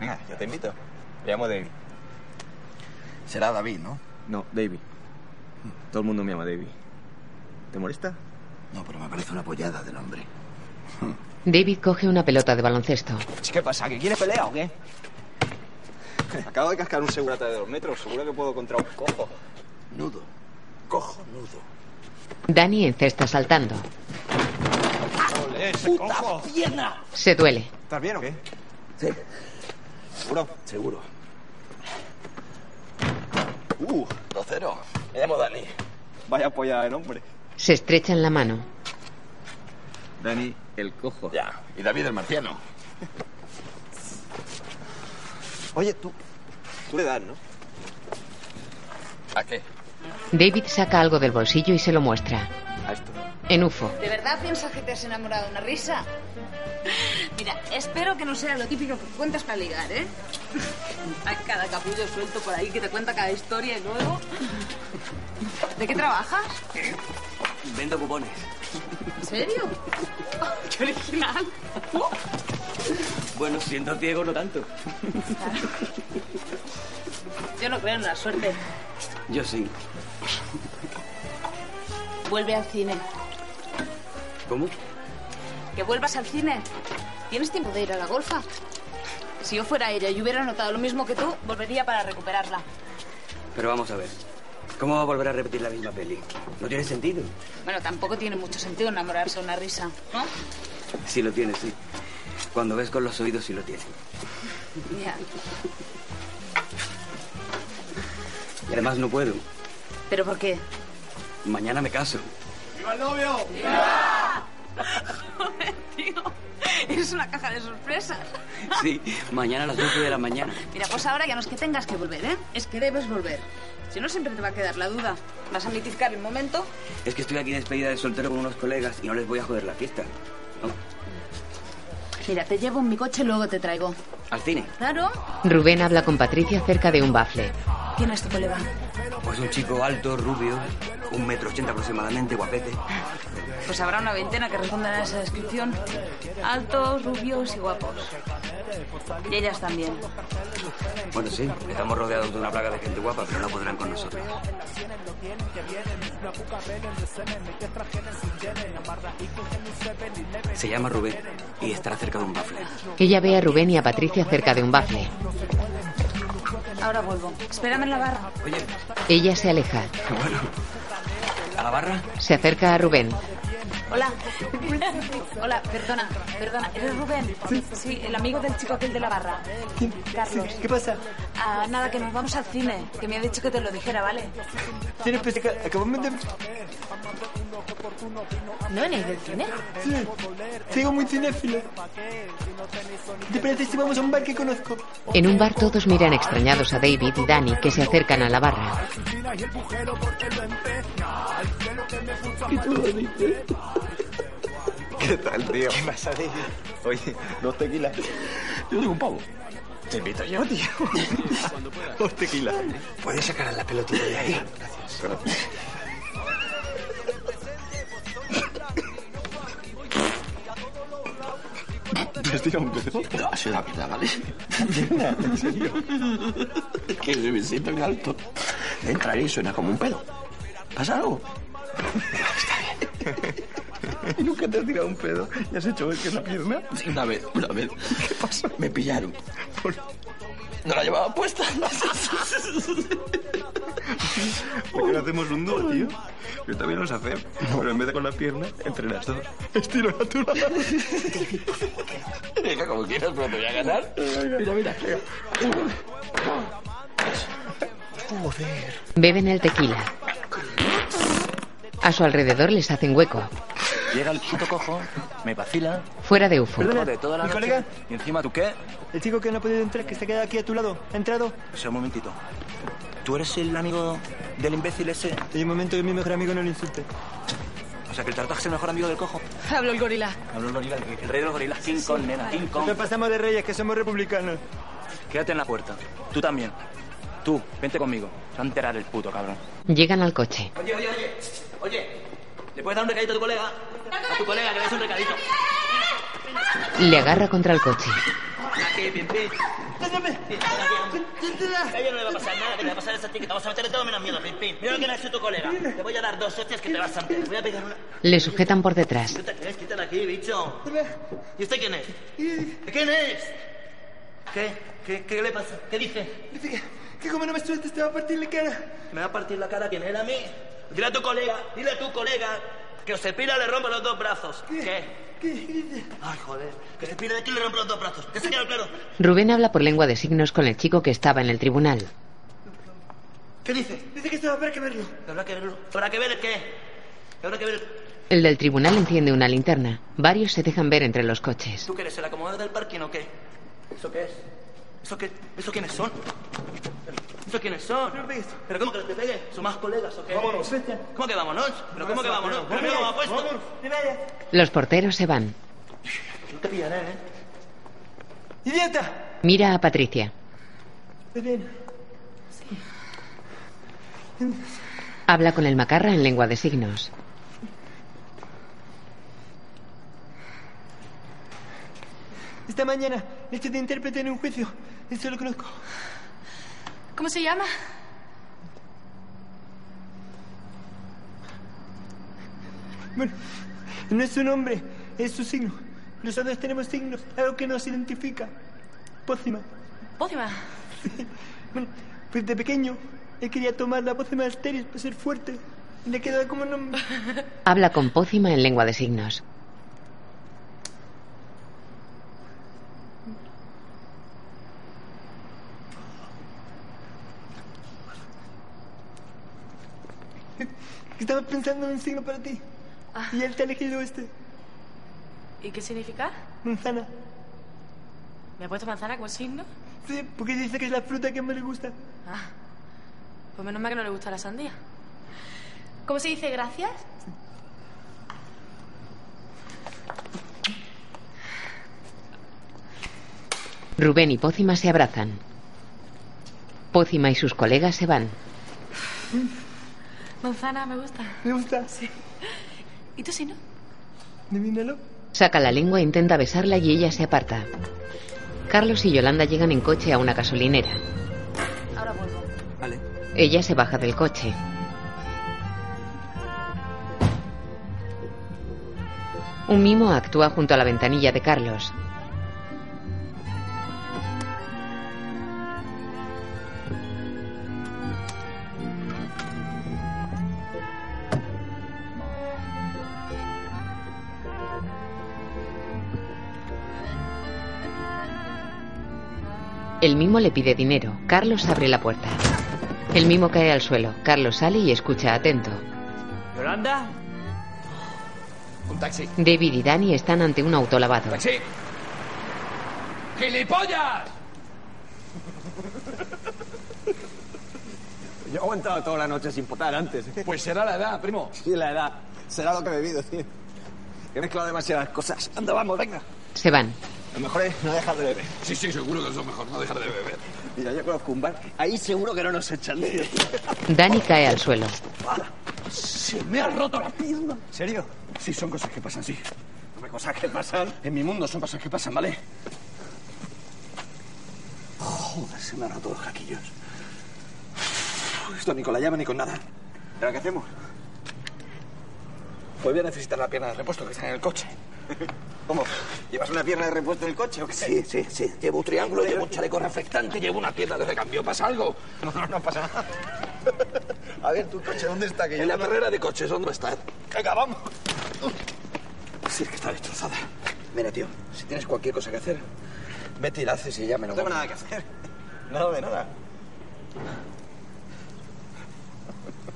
Speaker 7: Venga, yo te invito. Me llamo David.
Speaker 8: Será David, ¿no?
Speaker 7: No, David. Todo el mundo me llama David. ¿Te molesta?
Speaker 8: No, pero me parece una pollada de nombre.
Speaker 2: David coge una pelota de baloncesto.
Speaker 7: Pues, ¿Qué pasa? ¿Que quieres pelea o qué? Acabo de cascar un segurata de dos metros. Seguro que puedo contra un cojo.
Speaker 8: Nudo. Cojo nudo.
Speaker 2: Dani encesta saltando.
Speaker 7: ¡Ole, ese cojo!
Speaker 23: ¡Pierna!
Speaker 2: Se duele.
Speaker 7: ¿Estás bien o qué?
Speaker 8: Sí.
Speaker 7: ¿Seguro?
Speaker 8: Seguro.
Speaker 7: Uh,
Speaker 8: 2-0.
Speaker 7: me llamo Dani. Vaya polla el hombre.
Speaker 2: Se estrechan la mano.
Speaker 7: Dani, el cojo.
Speaker 8: Ya. Y David el marciano.
Speaker 7: Oye, tú. Tú le das, ¿no?
Speaker 8: ¿A qué?
Speaker 2: David saca algo del bolsillo y se lo muestra.
Speaker 7: A esto.
Speaker 2: En UFO.
Speaker 3: ¿De verdad piensas que te has enamorado de una risa? Mira, espero que no sea lo típico que cuentas para ligar, ¿eh? Hay cada capullo suelto por ahí que te cuenta cada historia y luego... ¿De qué trabajas?
Speaker 6: Vendo cupones.
Speaker 3: ¿En serio? ¡Qué original!
Speaker 6: Bueno, siendo ciego, no tanto.
Speaker 3: Yo no creo en la suerte.
Speaker 6: Yo sí.
Speaker 3: Vuelve al cine.
Speaker 6: ¿Cómo?
Speaker 3: Que vuelvas al cine. ¿Tienes tiempo de ir a la golfa? Si yo fuera ella y hubiera notado lo mismo que tú, volvería para recuperarla.
Speaker 6: Pero vamos a ver. ¿Cómo va a volver a repetir la misma peli? No tiene sentido.
Speaker 3: Bueno, tampoco tiene mucho sentido enamorarse de una risa, ¿no?
Speaker 6: Sí lo tiene, sí. Cuando ves con los oídos, sí lo tiene.
Speaker 3: Ya.
Speaker 6: Y además no puedo.
Speaker 3: ¿Pero por qué?
Speaker 6: Mañana me caso.
Speaker 3: ¡Viva el novio! Joder, tío. Es una caja de sorpresas.
Speaker 6: Sí, mañana a las 12 de la mañana.
Speaker 3: Mira, pues ahora ya no es que tengas que volver, ¿eh? Es que debes volver. Si no, siempre te va a quedar la duda. Vas a mitificar el momento.
Speaker 6: Es que estoy aquí despedida de soltero con unos colegas y no les voy a joder la fiesta. No.
Speaker 3: Mira, te llevo en mi coche, luego te traigo.
Speaker 6: Al cine.
Speaker 3: Claro.
Speaker 2: Rubén habla con Patricia cerca de un bafle.
Speaker 3: ¿Quién es tu colega?
Speaker 6: Pues un chico alto, rubio, un metro ochenta aproximadamente, guapete.
Speaker 3: Pues habrá una veintena que respondan a esa descripción. Altos, rubios y guapos. Y ellas también.
Speaker 6: Bueno, sí, estamos rodeados de una plaga de gente guapa, pero no podrán con nosotros. Se llama Rubén y estará cerca de un bafle.
Speaker 2: Ella ve a Rubén y a Patricia cerca de un bafle.
Speaker 3: Ahora vuelvo. Espérame en la barra.
Speaker 6: Oye,
Speaker 2: Ella se aleja.
Speaker 6: bueno. ¿A la barra?
Speaker 2: Se acerca a Rubén.
Speaker 3: Hola. Hola, perdona, perdona. ¿Eres Rubén? Sí. el amigo del chico aquel de la barra. Carlos.
Speaker 4: ¿Qué pasa?
Speaker 3: Ah, nada, que nos vamos al cine. Que me ha dicho que te lo dijera, ¿vale?
Speaker 4: ¿Tienes pues acá- acabamos de...
Speaker 3: ¿No venís del cine?
Speaker 4: Sí. Sigo muy cinéfilo. ¿Te parece si vamos a un bar que conozco?
Speaker 2: En un bar todos miran extrañados a David y Danny que se acercan a la barra.
Speaker 7: ¿Qué tal, tío? ¿Qué pasa, tío? Oye, dos tequilas. Yo digo un pavo. Te invito yo, tío. Dos tequilas. ¿Puedes sacar a la pelotuda de ahí? Gracias.
Speaker 8: ¿Te has tirado un codo? No, ha sido una mierda, ¿vale? ¿En serio? Es que se me siento en alto. Entra ahí y suena como un pedo. ¿Pasa algo? Está bien. ¿Nunca te has tirado un pedo y has hecho ver que es la pierna? Sí, una vez, una vez. ¿Qué pasó? Me pillaron. Por- No la llevaba puesta.
Speaker 17: ¿Por qué no hacemos un dúo, tío? Yo también lo sé hacer. Pero en vez de con la pierna, entre las dos. Estilo natural.
Speaker 8: Venga, como quieras, pero te voy a ganar. Mira, mira.
Speaker 2: Beben el tequila. A su alrededor les hacen hueco.
Speaker 21: Llega el puto cojo, me vacila.
Speaker 2: Fuera de UFO.
Speaker 21: Perdona, de toda la
Speaker 4: ¿Mi
Speaker 21: noche.
Speaker 4: colega?
Speaker 21: Y encima tú qué?
Speaker 4: El chico que no ha podido entrar, que se queda aquí a tu lado. ¿Ha entrado?
Speaker 21: O sea, un momentito. ¿Tú eres el amigo del imbécil ese?
Speaker 4: Hay un momento que mi mejor amigo no lo insulte.
Speaker 21: O sea, que el tartaja es el mejor amigo del cojo.
Speaker 4: Hablo el gorila.
Speaker 21: Habló el gorila, el rey de los gorilas. King Kong, nena, King Kong.
Speaker 4: No pasamos de reyes, que somos republicanos.
Speaker 21: Quédate en la puerta. Tú también. Tú, vente conmigo. Se va a enterar el puto, cabrón.
Speaker 2: Llegan al coche.
Speaker 21: Oye, oye, oye. Oye, ¿le puedes dar un recadito a tu colega? A tu colega, que le des un recadito.
Speaker 2: Le agarra contra el coche.
Speaker 21: Aquí, pim, pim. A ella no le va a pasar nada, que te va a pasar es a ti, que te vas a meter en todo menos miedo, pim, pim. Mira lo que me ha hecho tu colega. Te voy a dar dos hostias que te vas a meter. Voy a pegar una...
Speaker 2: Le sujetan por detrás.
Speaker 21: ¿Qué te crees? Quítala aquí, bicho. ¿Y usted quién es? ¿Quién es? ¿Qué? ¿Qué, qué le pasa? ¿Qué dice?
Speaker 4: Dice que, que como no me sueltes te va a partir la cara.
Speaker 21: Me va a partir la cara quién era a mí. Dile a tu colega, dile a tu colega que os pira le rompe los dos brazos. ¿Qué?
Speaker 4: ¿Qué dice?
Speaker 21: Ay, joder. Que se pira de aquí le rompe los dos brazos. Que se quede claro.
Speaker 2: Rubén habla por lengua de signos con el chico que estaba en el tribunal.
Speaker 21: ¿Qué dice?
Speaker 4: Dice que esto habrá que verlo.
Speaker 21: Habrá que verlo. ¿Habrá que ver el qué? ¿Habrá que ver el...
Speaker 2: El del tribunal enciende una linterna. Varios se dejan ver entre los coches.
Speaker 21: ¿Tú qué eres, el acomodador del parking o qué? ¿Eso qué es? ¿Eso qué? ¿Eso quiénes son? ¿Eso quiénes son? ¿Pero cómo que no te pegues? ¿Son más colegas o qué?
Speaker 4: Vámonos.
Speaker 21: ¿Cómo que vámonos? ¿Pero cómo que vámonos? ¿Pero mira cómo ha puesto?
Speaker 2: Los porteros se van.
Speaker 21: No te pillaré, ¿eh?
Speaker 4: ¡Idiota!
Speaker 2: Mira a Patricia.
Speaker 4: Muy bien.
Speaker 2: Habla con el macarra en lengua de signos.
Speaker 4: Esta mañana le eché de intérprete en un juicio. Eso lo conozco.
Speaker 15: ¿Cómo se llama?
Speaker 4: Bueno, no es su nombre, es su signo. Nosotros tenemos signos, algo que nos identifica. Pócima.
Speaker 15: Pócima.
Speaker 4: Bueno, pues de pequeño él quería tomar la pócima de Asteris para ser fuerte. Le queda como nombre.
Speaker 2: Habla con Pócima en lengua de signos.
Speaker 4: Estaba pensando en un signo para ti.
Speaker 21: Ah.
Speaker 4: Y él te ha elegido este.
Speaker 12: ¿Y qué significa?
Speaker 4: Manzana.
Speaker 12: ¿Me ha puesto manzana como signo?
Speaker 4: Sí, porque dice que es la fruta que más le gusta.
Speaker 12: Ah, pues menos mal que no le gusta la sandía. ¿Cómo se dice gracias?
Speaker 2: Rubén y Pócima se abrazan. Pócima y sus colegas se van.
Speaker 3: Manzana, me gusta. ¿Me gusta? Sí. ¿Y tú sí, no?
Speaker 4: Adivínalo.
Speaker 2: Saca la lengua e intenta besarla y ella se aparta. Carlos y Yolanda llegan en coche a una gasolinera.
Speaker 3: Ahora vuelvo.
Speaker 6: Vale.
Speaker 2: Ella se baja del coche. Un mimo actúa junto a la ventanilla de Carlos. El mimo le pide dinero. Carlos abre la puerta. El mimo cae al suelo. Carlos sale y escucha atento.
Speaker 6: ¿Yolanda?
Speaker 1: Un taxi.
Speaker 2: David y Danny están ante un auto lavado.
Speaker 1: ¡Taxi! ¡Gilipollas!
Speaker 8: Yo he aguantado toda la noche sin potar antes. ¿eh?
Speaker 1: Pues será la edad, primo.
Speaker 8: Sí, la edad. Será lo que he bebido, tío. He mezclado demasiadas cosas. Anda, vamos, venga.
Speaker 2: Se van.
Speaker 8: Lo mejor es no dejar de beber.
Speaker 1: Sí, sí, seguro que es lo mejor, no dejar de beber.
Speaker 8: Mira, yo conozco un bar. Ahí seguro que no nos echan, tío.
Speaker 2: Danny cae al suelo.
Speaker 8: Se me ha roto la pierna. ¿En serio? Sí, son cosas que pasan, sí. Son cosas que pasan. En mi mundo son cosas que pasan, ¿vale? Joder, se me han roto los jaquillos. Esto ni con la llama ni con nada. ¿Y ahora qué hacemos? Pues voy a necesitar la pierna de repuesto que está en el coche. ¿Cómo? ¿Llevas una pierna de repuesto en el coche o qué?
Speaker 1: Sí, sí, sí. Llevo un triángulo, llevo un chaleco reflectante, llevo una pierna de recambio. ¿Pasa algo?
Speaker 8: No, no, no pasa nada. A ver, tu coche, ¿dónde está? Que yo
Speaker 1: En la
Speaker 8: no-
Speaker 1: carrera de coches, ¿dónde está?
Speaker 8: Venga, vamos.
Speaker 1: Sí, es que está destrozada. Mira, tío, si tienes cualquier cosa que hacer, vete y la haces y ya me lo
Speaker 8: No tengo nada que hacer. Nada de nada.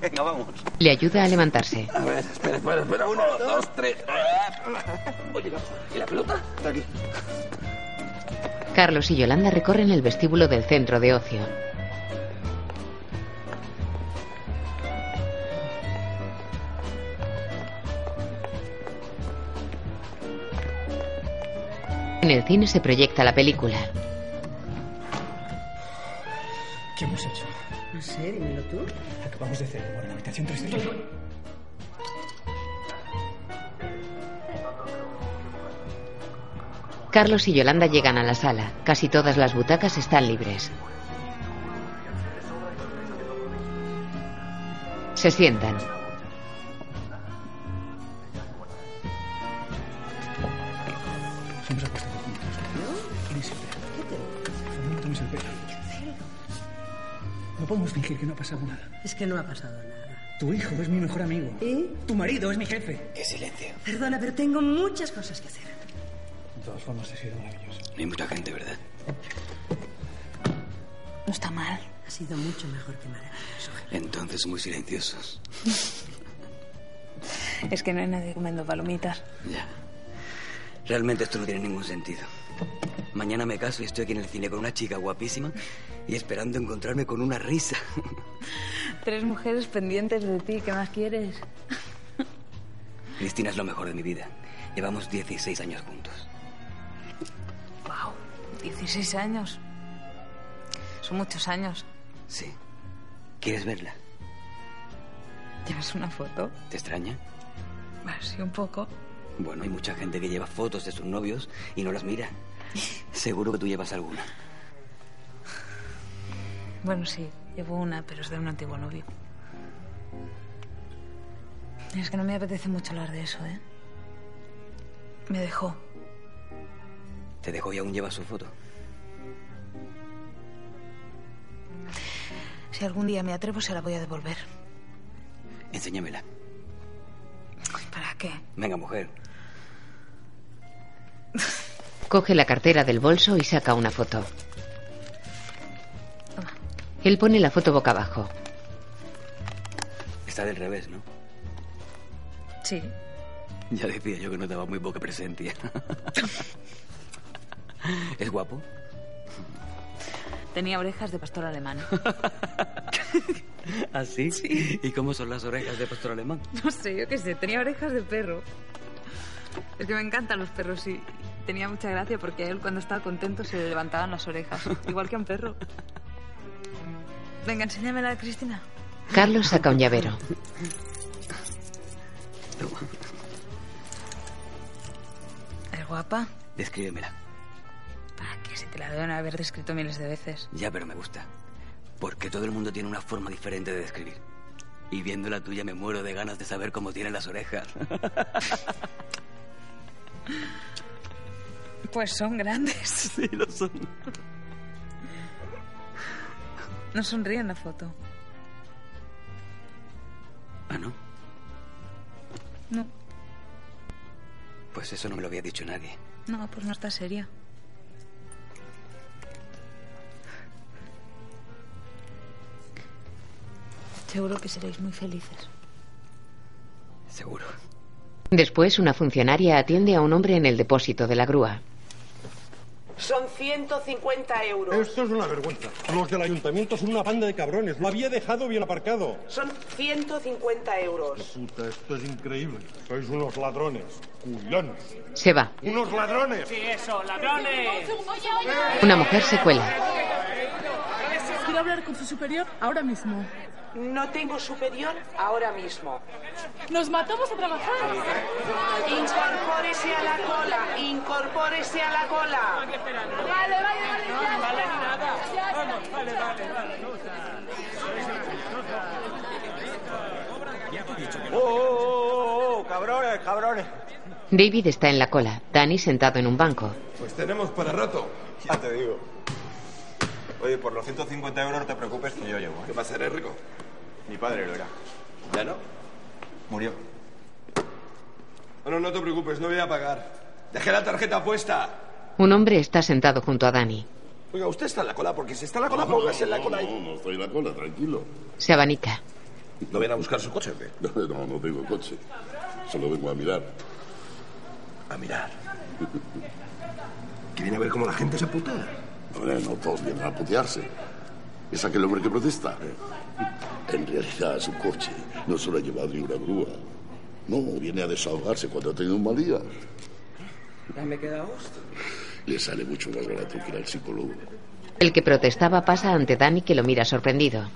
Speaker 8: Venga, vamos.
Speaker 2: Le ayuda a levantarse.
Speaker 1: A ver, espera, espera, espera. Uno, dos, tres. Oye, ¿y la pelota? Está aquí.
Speaker 2: Carlos y Yolanda recorren el vestíbulo del centro de ocio. En el cine se proyecta la película.
Speaker 5: ¿Qué hemos hecho? No sé, dímelo tú. Acabamos de hacer en la habitación 300.
Speaker 2: Carlos y Yolanda llegan a la sala. Casi todas las butacas están libres. Se sientan.
Speaker 5: Siempre apostado juntos. ¿No? Luis el pelo. Fernando, tomes el pelo. No podemos fingir que no ha pasado nada.
Speaker 3: Es que no ha pasado nada.
Speaker 5: Tu hijo es mi mejor amigo.
Speaker 3: ¿Y?
Speaker 5: Tu marido es mi jefe.
Speaker 3: ¡Qué silencio! Perdona, pero tengo muchas cosas que hacer.
Speaker 5: De todas formas, ha sido maravilloso.
Speaker 1: Hay mucha gente, ¿verdad?
Speaker 3: No está mal. Ha sido mucho mejor que maravilloso.
Speaker 1: Entonces, muy silenciosos.
Speaker 3: Es que no hay nadie comiendo palomitas.
Speaker 6: Ya. Realmente esto no tiene ningún sentido. Mañana me caso y estoy aquí en el cine con una chica guapísima y esperando encontrarme con una risa.
Speaker 3: Tres mujeres pendientes de ti, ¿qué más quieres?
Speaker 6: Cristina es lo mejor de mi vida. Llevamos 16 años juntos.
Speaker 3: Wow, 16 años. Son muchos años.
Speaker 6: Sí. ¿Quieres verla?
Speaker 3: ¿Llevas una foto?
Speaker 6: ¿Te extraña?
Speaker 3: Bueno, sí, un poco.
Speaker 6: Bueno, hay mucha gente que lleva fotos de sus novios y no las mira. Seguro que tú llevas alguna.
Speaker 3: Bueno, sí, llevo una, pero es de un antiguo novio. Es que no me apetece mucho hablar de eso, ¿eh? Me dejó.
Speaker 6: Te dejó y aún llevas su foto.
Speaker 3: Si algún día me atrevo, se la voy a devolver.
Speaker 6: Enséñamela.
Speaker 3: ¿Para qué?
Speaker 6: Venga, mujer.
Speaker 2: Coge la cartera del bolso y saca una foto. Él pone la foto boca abajo.
Speaker 6: Está del revés, ¿no?
Speaker 3: Sí.
Speaker 6: Ya decía yo que no daba muy poca presencia. ¿Es guapo?
Speaker 3: Tenía orejas de pastor alemán.
Speaker 6: ¿Así? ¿Y cómo son las orejas de pastor alemán?
Speaker 3: No sé, yo qué sé, tenía orejas de perro. Es que me encantan los perros y, tenía mucha gracia porque a él cuando estaba contento se le levantaban las orejas, igual que a un perro. Venga, enséñamela, Cristina.
Speaker 2: Carlos saca un llavero.
Speaker 3: ¿Es guapa?
Speaker 6: Descríbemela.
Speaker 3: Pa, que se te la deben haber descrito miles de veces.
Speaker 6: Ya, pero me gusta. Porque todo el mundo tiene una forma diferente de describir. Y viendo la tuya me muero de ganas de saber cómo tienen las orejas.
Speaker 3: Pues son grandes.
Speaker 6: Sí, lo son.
Speaker 3: No sonríe en la foto.
Speaker 6: Ah, ¿no?
Speaker 3: No,
Speaker 6: Pues eso no me lo había dicho nadie.
Speaker 3: no, pues no está seria. Seguro que seréis muy felices.
Speaker 6: Seguro.
Speaker 2: Después, una funcionaria atiende a un hombre en el depósito de la grúa.
Speaker 5: Son 150 euros.
Speaker 1: Esto es una vergüenza. Los del ayuntamiento son una banda de cabrones. Lo había dejado bien aparcado.
Speaker 5: Son 150 euros.
Speaker 1: Puta, esto es increíble. Sois unos ladrones. Culones.
Speaker 2: Se va.
Speaker 1: Unos ladrones.
Speaker 5: Sí, eso, ladrones.
Speaker 2: Una mujer se cuela.
Speaker 5: Quiero hablar con su superior ahora mismo. No tengo superior ahora mismo.
Speaker 24: Nos matamos a trabajar.
Speaker 5: Incorpórese a la cola, incorpórese a la cola.
Speaker 24: Vale, vale, vale. ya está.
Speaker 8: Oh, oh, oh, oh, cabrones, cabrones.
Speaker 2: David está en la cola. Danny sentado en un banco.
Speaker 8: Pues tenemos para rato. Ya te digo. Oye, por los 150 euros no te preocupes que yo llevo. ¿Qué pasa, eres ¿eh, rico? Mi padre lo era. ¿Ya no? Murió. Bueno, no te preocupes, no voy a pagar. Dejé la tarjeta puesta.
Speaker 2: Un hombre está sentado junto a Danny.
Speaker 8: Oiga, usted está en la cola, porque si está en la cola, póngase en la cola.
Speaker 25: No, no estoy en la cola, tranquilo.
Speaker 2: Se abanica.
Speaker 8: ¿No viene a buscar su coche o qué?
Speaker 25: No, no, no tengo coche. Solo vengo a mirar.
Speaker 8: A mirar. Que viene a ver cómo la gente se putea.
Speaker 25: Hombre, no todos vienen a putearse. Es aquel hombre que protesta.
Speaker 8: Eh.
Speaker 25: En realidad, su coche no se lo ha llevado ni una grúa. No, viene a desahogarse cuando ha tenido un mal día.
Speaker 6: Ya me queda gusto.
Speaker 25: Le sale mucho más barato que ir al psicólogo.
Speaker 2: El que protestaba pasa ante Danny que lo mira sorprendido.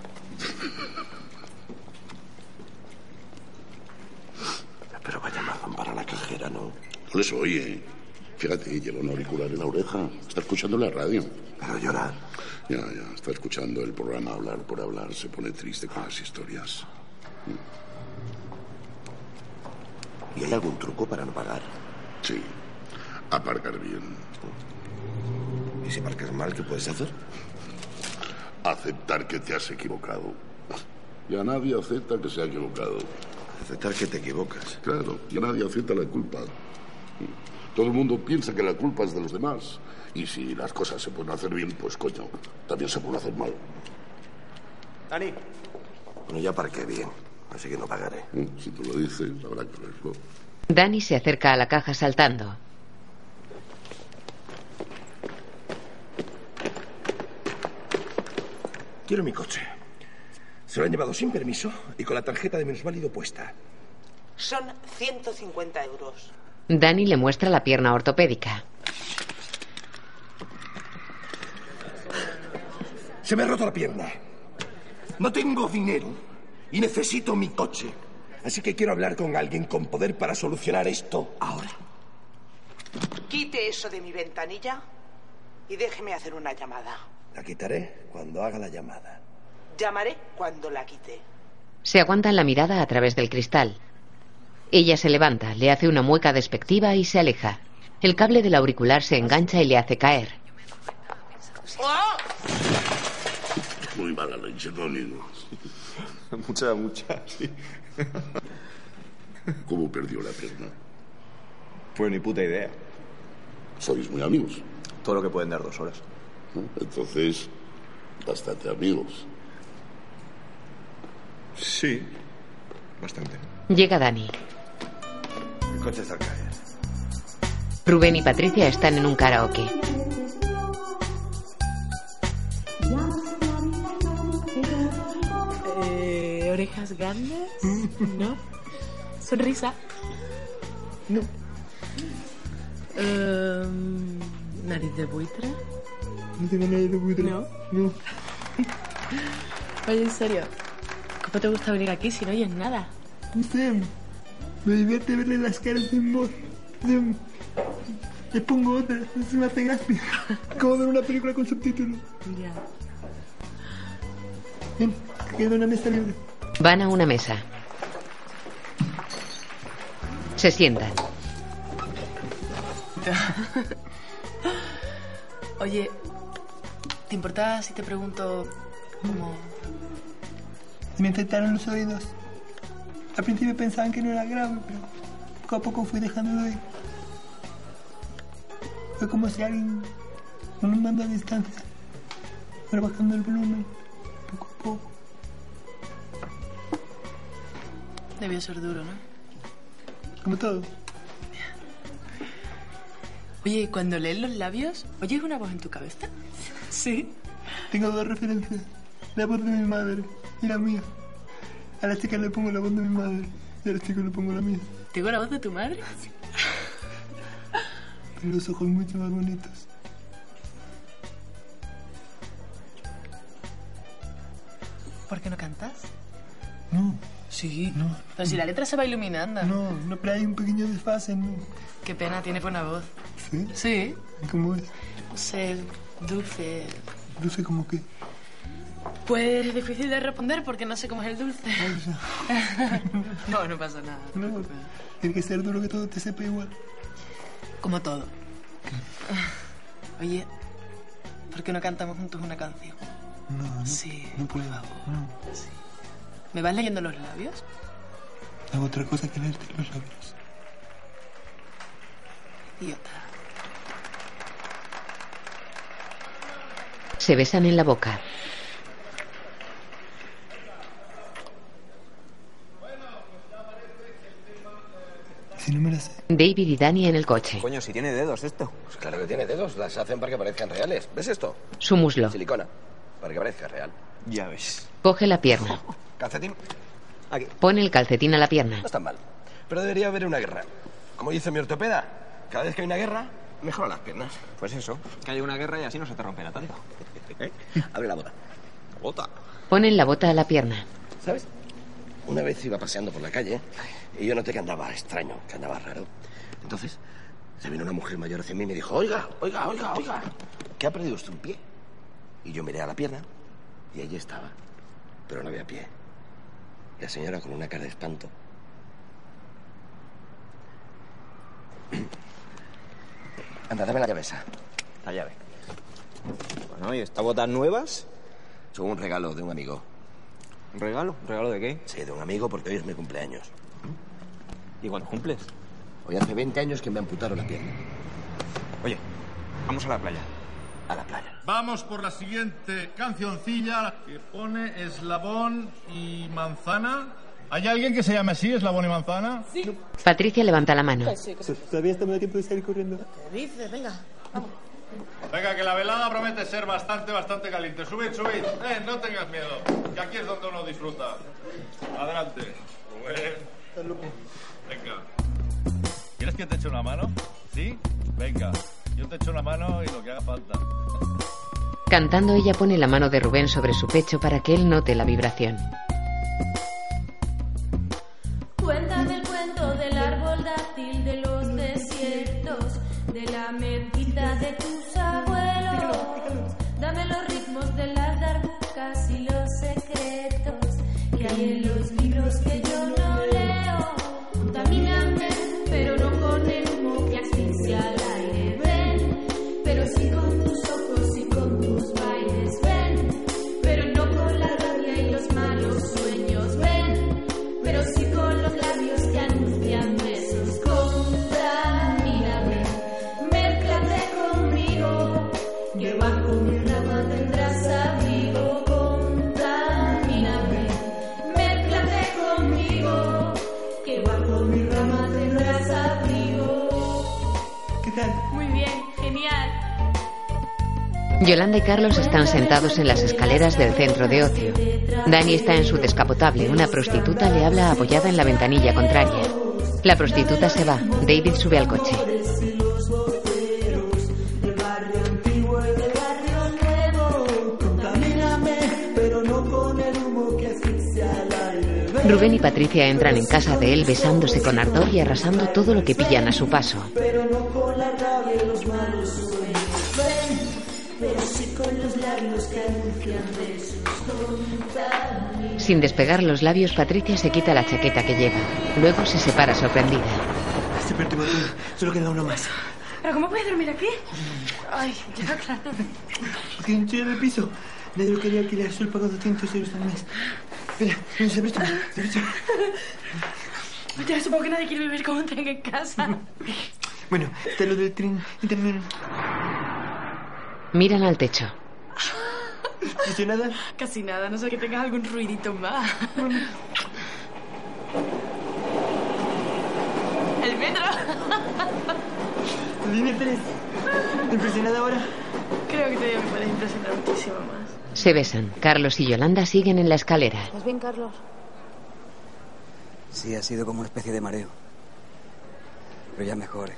Speaker 8: Pero vaya mazón para la cajera, ¿no?
Speaker 25: Por eso, oye, ¿eh? fíjate, lleva un auricular en la oreja. Está escuchando la radio.
Speaker 8: Pero llorar.
Speaker 25: Ya, ya, está escuchando el programa Hablar por Hablar. Se pone triste con las historias.
Speaker 8: ¿Y hay algún truco para no pagar?
Speaker 25: Sí, aparcar bien.
Speaker 8: ¿Y si marcas mal, qué puedes hacer?
Speaker 25: Aceptar que te has equivocado. Ya nadie acepta que se ha equivocado.
Speaker 8: Aceptar que te equivocas.
Speaker 25: Claro, ya nadie acepta la culpa. Todo el mundo piensa que la culpa es de los demás. Y si las cosas se pueden hacer bien, pues coño, también se pueden hacer mal.
Speaker 8: Dani. Bueno, ya parqué bien, así que no pagaré.
Speaker 25: ¿Eh? Si tú lo dices, habrá que verlo.
Speaker 2: Danny se acerca a la caja saltando.
Speaker 8: Quiero mi coche. Se lo han llevado sin permiso y con la tarjeta de minusválido puesta.
Speaker 5: Son 150 euros.
Speaker 2: Danny le muestra la pierna ortopédica.
Speaker 8: Se me ha roto la pierna. No tengo dinero y necesito mi coche. Así que quiero hablar con alguien con poder para solucionar esto ahora.
Speaker 5: Quite eso de mi ventanilla y déjeme hacer una llamada.
Speaker 8: La quitaré cuando haga la llamada.
Speaker 5: Llamaré cuando la quite.
Speaker 2: Se aguantan la mirada a través del cristal. Ella se levanta, le hace una mueca despectiva y se aleja. El cable del auricular se engancha y le hace caer.
Speaker 25: Muy mala leche, Donnie.
Speaker 4: Mucha, mucha, sí.
Speaker 25: ¿Cómo perdió la pierna?
Speaker 4: Pues ni puta idea.
Speaker 25: Sois muy amigos.
Speaker 4: Todo lo que pueden dar dos horas.
Speaker 25: ¿no? Entonces, bastante amigos.
Speaker 4: Sí, bastante.
Speaker 2: Llega Dani.
Speaker 8: El coche está al caer.
Speaker 2: Rubén y Patricia están en un karaoke.
Speaker 12: Eh, orejas grandes, ¿no? Sonrisa, no. Em, nariz de buitre.
Speaker 4: No tengo nadie de buitre.
Speaker 12: No.
Speaker 4: No.
Speaker 12: Oye, en serio, ¿cómo te gusta venir aquí si no oyes nada?
Speaker 4: Sam, me divierte verle las caras de amor. Sam, le pongo otra, se me hace gracia. Como ver una película con subtítulos.
Speaker 12: Ya.
Speaker 4: Ven, queda una mesa libre.
Speaker 2: Van a una mesa. Se sientan.
Speaker 12: Oye, ¿te importa si te pregunto cómo...
Speaker 4: Me infectaron los oídos. Al principio pensaban que no era grave, pero poco a poco fui dejándolo ir. Fue como si alguien con un mando a distancia fuera bajando el volumen poco a poco.
Speaker 12: Debió ser duro, ¿no?
Speaker 4: Como todo.
Speaker 12: Oye, ¿y cuando lees los labios, oyes una voz en tu cabeza?
Speaker 4: Sí. Tengo dos referencias. La voz de mi madre y la mía. A las chicas le pongo la voz de mi madre y a los chicos le pongo la mía.
Speaker 12: ¿Tengo la voz de tu madre?
Speaker 4: Pero los ojos mucho más bonitos.
Speaker 12: ¿Por qué no cantas?
Speaker 4: No.
Speaker 12: Sí.
Speaker 4: No.
Speaker 12: Pero si la letra se va iluminando.
Speaker 4: No, no, pero hay un pequeño desfase, ¿no?
Speaker 12: Qué pena, tiene buena voz.
Speaker 4: ¿Sí?
Speaker 12: Sí.
Speaker 4: ¿Cómo es?
Speaker 12: No sé, dulce.
Speaker 4: Dulce como que...
Speaker 12: Pues es difícil de responder porque no sé cómo es el dulce. no, no pasa nada.
Speaker 4: No, tiene que ser duro que todo te sepa igual.
Speaker 12: Como todo. Oye, ¿por qué no cantamos juntos una canción?
Speaker 4: No, no,
Speaker 12: Sí. Ah,
Speaker 4: no puedo. No.
Speaker 12: ¿Me vas leyendo los labios?
Speaker 4: Hago otra cosa que leerte los labios.
Speaker 12: Idiota.
Speaker 2: Se besan en la boca.
Speaker 4: Si no me la sé.
Speaker 2: David y Dani en el coche.
Speaker 8: Coño, si tiene dedos esto. Pues claro que tiene dedos, las hacen para que parezcan reales. ¿Ves esto?
Speaker 2: Su muslo.
Speaker 8: Silicona, para que parezca real.
Speaker 26: Ya ves.
Speaker 2: Coge la pierna.
Speaker 8: Calcetín. Aquí.
Speaker 2: Pone el calcetín a la pierna.
Speaker 8: No está mal. Pero debería haber una guerra. Como dice mi ortopeda, cada vez que hay una guerra, mejora las piernas.
Speaker 26: Pues eso, que haya una guerra y así no se te rompe la tarea.
Speaker 8: ¿Eh? Abre la bota. La bota.
Speaker 2: Pone la bota a la pierna.
Speaker 8: ¿Sabes? Una vez iba paseando por la calle y yo noté que andaba extraño, que andaba raro. Entonces, se vino una mujer mayor hacia mí y me dijo, oiga, oiga, oiga, oiga, ¿qué ha perdido usted un pie? Y yo miré a la pierna y allí estaba, pero no había pie. Y la señora con una cara de espanto. Anda, dame la llave esa.
Speaker 26: La llave.
Speaker 8: Bueno, ¿y estas botas nuevas? Son un regalo de un amigo.
Speaker 26: ¿Un regalo? ¿Un regalo de qué?
Speaker 8: Sí, de un amigo porque hoy es mi cumpleaños.
Speaker 26: ¿Y cuándo cumples?
Speaker 8: Hoy hace 20 años que me amputaron la pierna.
Speaker 26: Oye, vamos a la playa.
Speaker 8: A la playa.
Speaker 25: Vamos por la siguiente cancioncilla que pone Eslabón y Manzana. ¿Hay alguien que se llame así, Eslabón y Manzana? Sí.
Speaker 2: Patricia levanta la mano.
Speaker 4: Todavía estamos a tiempo de salir corriendo.
Speaker 25: Dice, venga. Venga, que la velada promete ser bastante, bastante caliente. Subid, subid. Eh, no tengas miedo, que aquí es donde uno disfruta. Adelante. Rubén. Venga. ¿Quieres que te eche una mano? ¿Sí? Venga. Yo te echo una mano y lo que haga falta.
Speaker 2: Cantando ella pone la mano de Rubén sobre su pecho para que él note la vibración.
Speaker 5: Cuéntame el cuento del árbol dátil de los desiertos, de la mentita de tus abuelos. Dame los ritmos de las darbucas y los secretos que hay en los libros que yo no leo. Contamíname, pero no con el humo que asfixia al aire. Ven, pero sí con tus ojos y con tus bailes. Ven, pero no con la rabia y los malos sueños. Ven pero sí con los labios que anuncian besos. Contamíname, mezclate conmigo, que bajo mi rama tendrás abrigo. Contamíname, mezclate conmigo, que bajo mi rama tendrás abrigo.
Speaker 4: ¿Qué tal?
Speaker 5: Muy bien, genial.
Speaker 2: Yolanda y Carlos están sentados en las escaleras del centro de ocio. Dani está en su descapotable. Una prostituta le habla apoyada en la ventanilla contraria. La prostituta se va. David sube al coche.
Speaker 5: Amores y los
Speaker 2: Rubén y Patricia entran en casa de él besándose con ardor y arrasando todo lo que pillan a su paso.
Speaker 5: Pero no con la rabia y los malos sueños. Ven, pero sí con los labios que anuncian besos.
Speaker 2: Sin despegar los labios, Patricia se quita la chaqueta que lleva. Luego se separa sorprendida.
Speaker 4: Este último turno. Solo queda uno más.
Speaker 12: ¿Pero cómo voy a dormir aquí? Ay, ya, claro.
Speaker 4: Porque no estoy en el piso. Nadie lo quería alquilar. Solo he pagado 200 euros al mes. Espera, no se presta. Se presta.
Speaker 12: Ya supongo que nadie quiere vivir con un tren en casa.
Speaker 4: Bueno, está lo del tren y también...
Speaker 2: Miran al techo.
Speaker 4: ¿Dice nada?
Speaker 12: Casi nada, no sé que tengas algún ruidito más. El metro.
Speaker 4: Dime tres. ¿Impresionada ahora?
Speaker 12: Creo que todavía me puedes impresionar muchísimo más.
Speaker 2: Se besan. Carlos y Yolanda siguen en la escalera.
Speaker 12: ¿Estás bien, Carlos?
Speaker 6: Sí, ha sido como una especie de mareo. Pero ya mejor. ¿eh?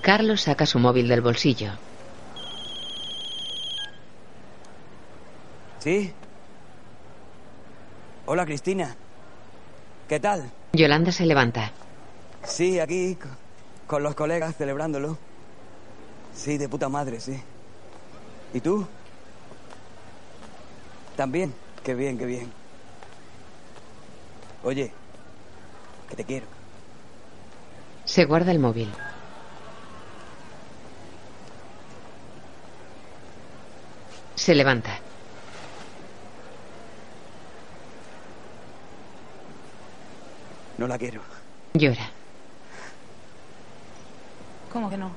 Speaker 2: Carlos saca su móvil del bolsillo.
Speaker 6: ¿Sí? Hola, Cristina. ¿Qué tal?
Speaker 2: Yolanda se levanta.
Speaker 6: Sí, aquí co- con los colegas celebrándolo. Sí, de puta madre, sí. ¿Y tú? También. Qué bien, qué bien. Oye, que te quiero.
Speaker 2: Se guarda el móvil. Se levanta.
Speaker 6: No la quiero.
Speaker 2: Llora.
Speaker 12: ¿Cómo que no?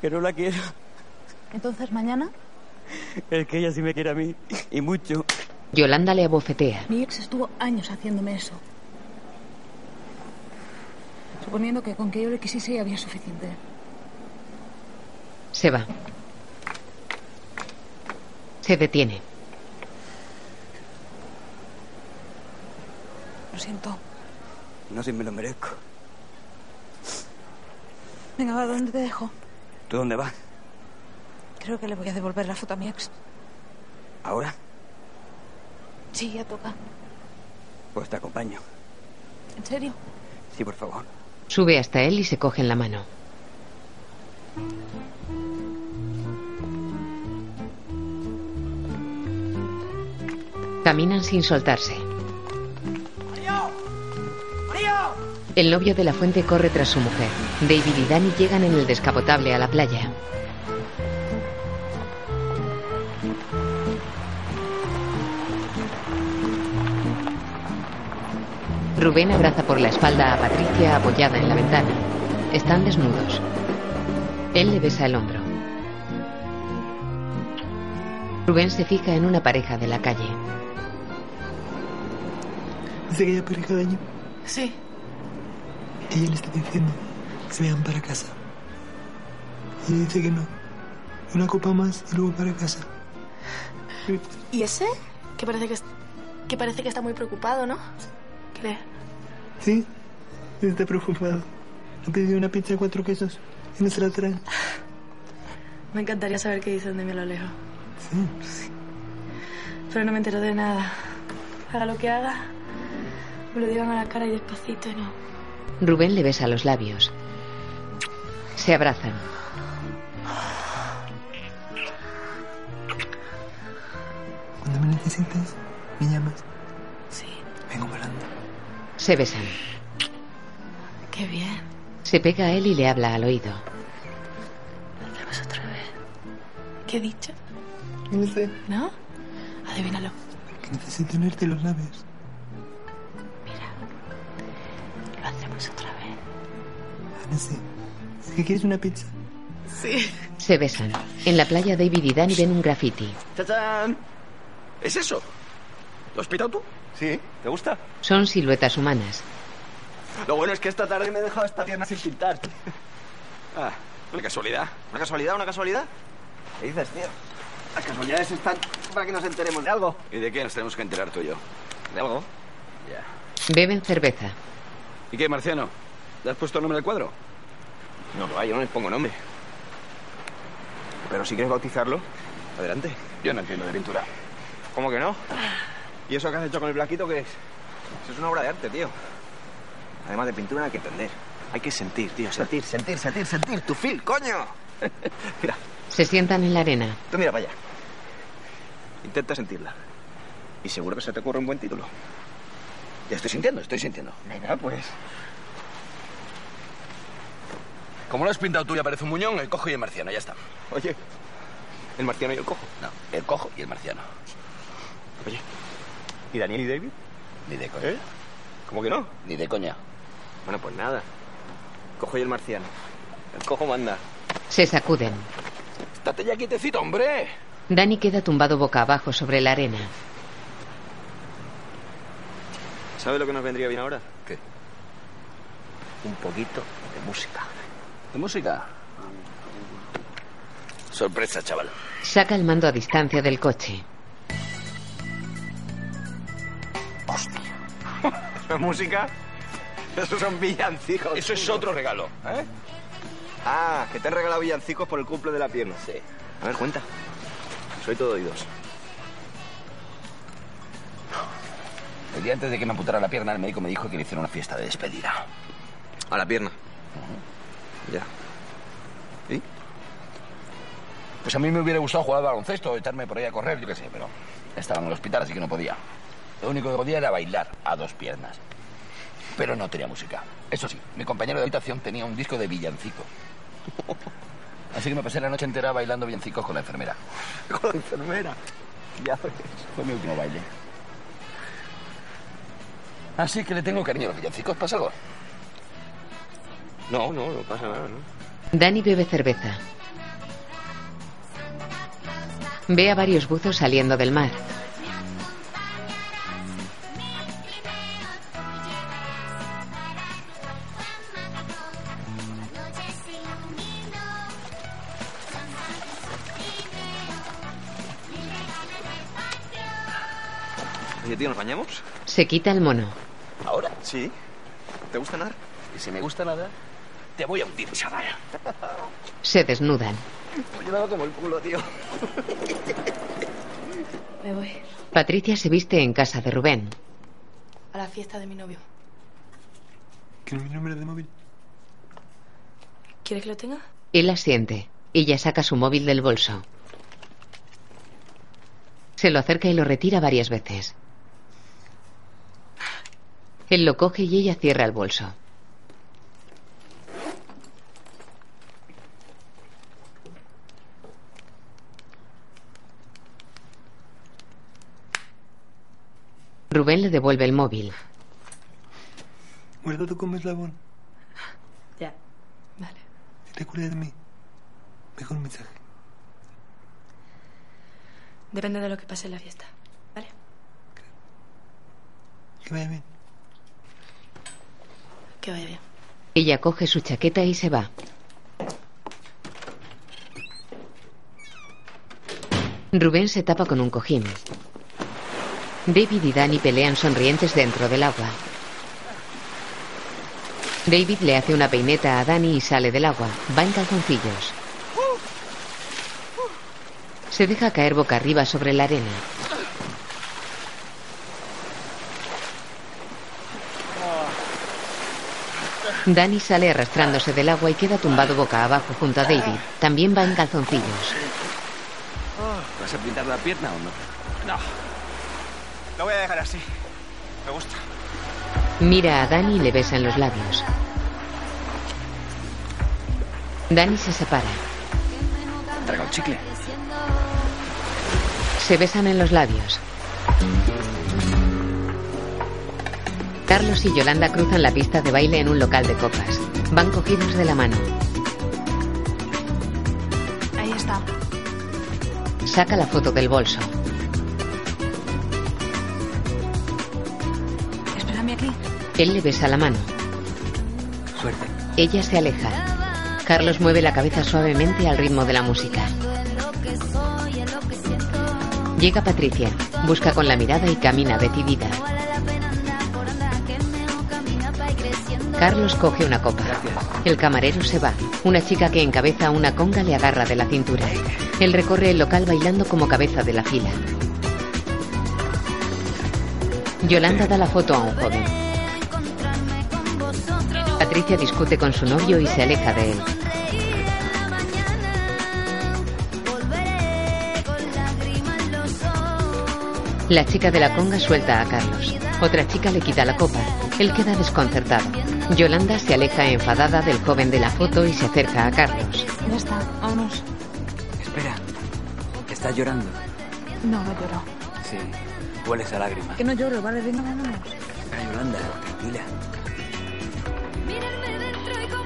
Speaker 6: Que no la quiero.
Speaker 12: Entonces, mañana
Speaker 6: Es que ella sí me quiere a mí. Y mucho.
Speaker 2: Yolanda le abofetea.
Speaker 12: mi ex estuvo años haciéndome eso. Suponiendo que con que yo le quisiese ya había suficiente.
Speaker 2: Se va. Se detiene.
Speaker 12: Lo siento.
Speaker 6: No sé si me lo merezco.
Speaker 12: Venga, va, ¿dónde te dejo?
Speaker 6: ¿Tú dónde vas?
Speaker 12: Creo que le voy a devolver la foto a mi ex.
Speaker 6: ¿Ahora?
Speaker 12: Sí, ya toca.
Speaker 6: Pues te acompaño.
Speaker 12: ¿En serio?
Speaker 6: Sí, por favor.
Speaker 2: Sube hasta él y se coge en la mano. Caminan sin soltarse. El novio de la fuente corre tras su mujer. David y Danny llegan en el descapotable a la playa. Rubén abraza por la espalda a Patricia apoyada en la ventana. Están desnudos. Él le besa el hombro. Rubén se fija en una pareja de la calle.
Speaker 4: ¿Es aquella pareja de año?
Speaker 12: Sí.
Speaker 4: Ella le está diciendo que se vayan para casa. Y ella dice que no. Una copa más y luego para casa.
Speaker 12: ¿Y ese? Que parece que, es- que parece que está muy preocupado, ¿no? ¿Qué?
Speaker 4: ¿Sí? Está preocupado. Ha pedido una pizza de cuatro quesos y no se la traen.
Speaker 12: Me encantaría saber qué dicen de mí a lo lejos. Pero no me entero de nada. Haga lo que haga, me lo digan a la cara y despacito, ¿no?
Speaker 2: Rubén le besa los labios. Se abrazan.
Speaker 4: Cuando me necesites, me llamas.
Speaker 12: Sí.
Speaker 4: Vengo volando.
Speaker 2: Se besan.
Speaker 12: Qué bien.
Speaker 2: Se pega a él y le habla al oído.
Speaker 12: Hablamos otra vez. ¿Qué he dicho?
Speaker 4: No sé.
Speaker 12: ¿No? Adivínalo.
Speaker 4: Que necesito tenerte los labios.
Speaker 12: Lo hacemos otra vez.
Speaker 4: Ahora sí. ¿Es que quieres una pizza?
Speaker 12: Sí.
Speaker 2: Se besan. En la playa David y Danny ven un graffiti.
Speaker 8: ¡Tachán! ¿Es eso? ¿Lo has pitado tú? Sí. ¿Te gusta?
Speaker 2: Son siluetas humanas.
Speaker 8: Lo bueno es que esta tarde me he dejado esta pierna sin pintar. Ah, una casualidad. ¿Una casualidad? ¿Una casualidad? ¿Qué dices, tío? Las casualidades están para que nos enteremos de algo. ¿Y de qué nos tenemos que enterar tú y yo? ¿De algo?
Speaker 2: Beben cerveza.
Speaker 8: ¿Y qué, Marciano? ¿Le has puesto el nombre al cuadro? No, no, yo no le pongo nombre. Pero si quieres bautizarlo,
Speaker 17: adelante. Yo no entiendo de pintura. ¿Cómo que no? ¿Y eso que has hecho con el blanquito qué es? Eso es una obra de arte, tío. Además de pintura hay que entender. Hay que sentir, tío. Sentir, sentir, sentir, sentir. Tu feel, coño. mira,
Speaker 2: Se sientan en la arena.
Speaker 17: tú mira para allá. Intenta sentirla. Y seguro que se te ocurre un buen título. Ya estoy sintiendo, estoy sintiendo. Venga, pues.
Speaker 8: Como lo has pintado tú y aparece un muñón, el cojo y el marciano, ya está.
Speaker 17: Oye, el marciano y el cojo.
Speaker 8: No, el cojo y el marciano.
Speaker 17: Oye, ¿y Daniel y David? ¿Eh?
Speaker 8: Ni de coña.
Speaker 17: ¿Cómo que no?
Speaker 8: Ni de coña.
Speaker 17: Bueno, pues nada. Cojo y el marciano. El cojo manda.
Speaker 2: Se sacuden.
Speaker 8: Estate ya quietecito, hombre.
Speaker 2: Danny queda tumbado boca abajo sobre la arena.
Speaker 17: ¿Sabes lo que nos vendría bien ahora?
Speaker 8: ¿Qué?
Speaker 17: Un poquito de música.
Speaker 8: ¿De música? Sorpresa, chaval.
Speaker 2: Saca el mando a distancia del coche.
Speaker 17: ¿La música? Esos son villancicos. Eso es otro regalo, ¿eh? Ah, que te han regalado villancicos por el cumple de la pierna. Sí. A ver, cuenta. Soy todo oídos.
Speaker 8: El día antes de que me amputara la pierna, el médico me dijo que le hiciera una fiesta de despedida.
Speaker 17: A la pierna. Ya.
Speaker 8: Pues a mí me hubiera gustado jugar al baloncesto, echarme por ahí a correr, yo qué sé, pero estaba en el hospital, así que no podía. Lo único que podía era bailar a dos piernas. Pero no tenía música. Eso sí, mi compañero de habitación tenía un disco de villancico. Así que me pasé la noche entera bailando villancicos con la enfermera.
Speaker 17: Con la enfermera. Ya ves.
Speaker 8: Fue mi último baile. Así Ah, que le tengo cariño a los villancicos. ¿Pasa algo?
Speaker 17: No, no, no pasa nada, ¿no?
Speaker 2: Danny bebe cerveza. Ve a varios buzos saliendo del mar.
Speaker 17: Oye, tío, ¿nos bañamos?
Speaker 2: Se quita el mono.
Speaker 8: ¿Ahora?
Speaker 17: Sí. ¿Te gusta nadar?
Speaker 8: Y si me gusta nada, te voy a hundir, chaval.
Speaker 2: Se desnudan.
Speaker 17: Pues Yo nado como el culo, tío.
Speaker 27: Me voy
Speaker 2: Patricia se viste en casa de Rubén.
Speaker 27: a la fiesta de mi novio.
Speaker 23: ¿Quieres mi número de móvil?
Speaker 27: ¿Quieres que lo tenga?
Speaker 2: Él asiente. Ella saca su móvil del bolso. Se lo acerca y lo retira varias veces. Él lo coge y ella cierra el bolso. Rubén le devuelve el móvil.
Speaker 23: Guarda tu como eslabón.
Speaker 27: Ya.
Speaker 23: Vale. Recuerda de mí. Mejor mensaje.
Speaker 27: Depende de lo que pase en la fiesta.
Speaker 23: Que vaya bien.
Speaker 27: Que vaya bien.
Speaker 2: Ella coge su chaqueta y se va. Rubén se tapa con un cojín. David y Danny pelean sonrientes dentro del agua. David le hace una peineta a Danny y sale del agua. Va en calzoncillos. Se deja caer boca arriba sobre la arena. Danny sale arrastrándose del agua y queda tumbado boca abajo junto a David. También va en calzoncillos.
Speaker 8: ¿Vas a pintar la pierna o no?
Speaker 17: No. Lo voy a dejar así. Me gusta.
Speaker 2: Mira a Danny y le besa en los labios. Danny se separa.
Speaker 8: Traga un chicle.
Speaker 2: Se besan en los labios. Carlos y Yolanda cruzan la pista de baile en un local de copas. Van cogidos de la mano.
Speaker 27: Ahí está.
Speaker 2: Saca la foto del bolso.
Speaker 28: Espérame aquí.
Speaker 2: Él le besa la mano.
Speaker 17: Suerte.
Speaker 2: Ella se aleja. Carlos mueve la cabeza suavemente al ritmo de la música. Llega Patricia. Busca con la mirada y camina decidida.
Speaker 18: Vale la pena andar por andar, que es mejor caminar para crecer.
Speaker 2: Carlos coge una copa. El camarero se va. Una chica que encabeza una conga le agarra de la cintura. Él recorre el local bailando como cabeza de la fila. Yolanda da la foto a un joven. Patricia discute con su novio y se aleja de él. La chica de la conga suelta a Carlos. Otra chica le quita la copa. Él queda desconcertado. Yolanda se aleja enfadada del joven de la foto y se acerca a Carlos.
Speaker 3: Ya está, vámonos.
Speaker 6: Espera, ¿estás llorando?
Speaker 3: No, no lloro.
Speaker 6: Sí, hueles a lágrimas.
Speaker 3: Que no lloro, vale, venga, vámonos.
Speaker 6: Espera, Yolanda, tranquila.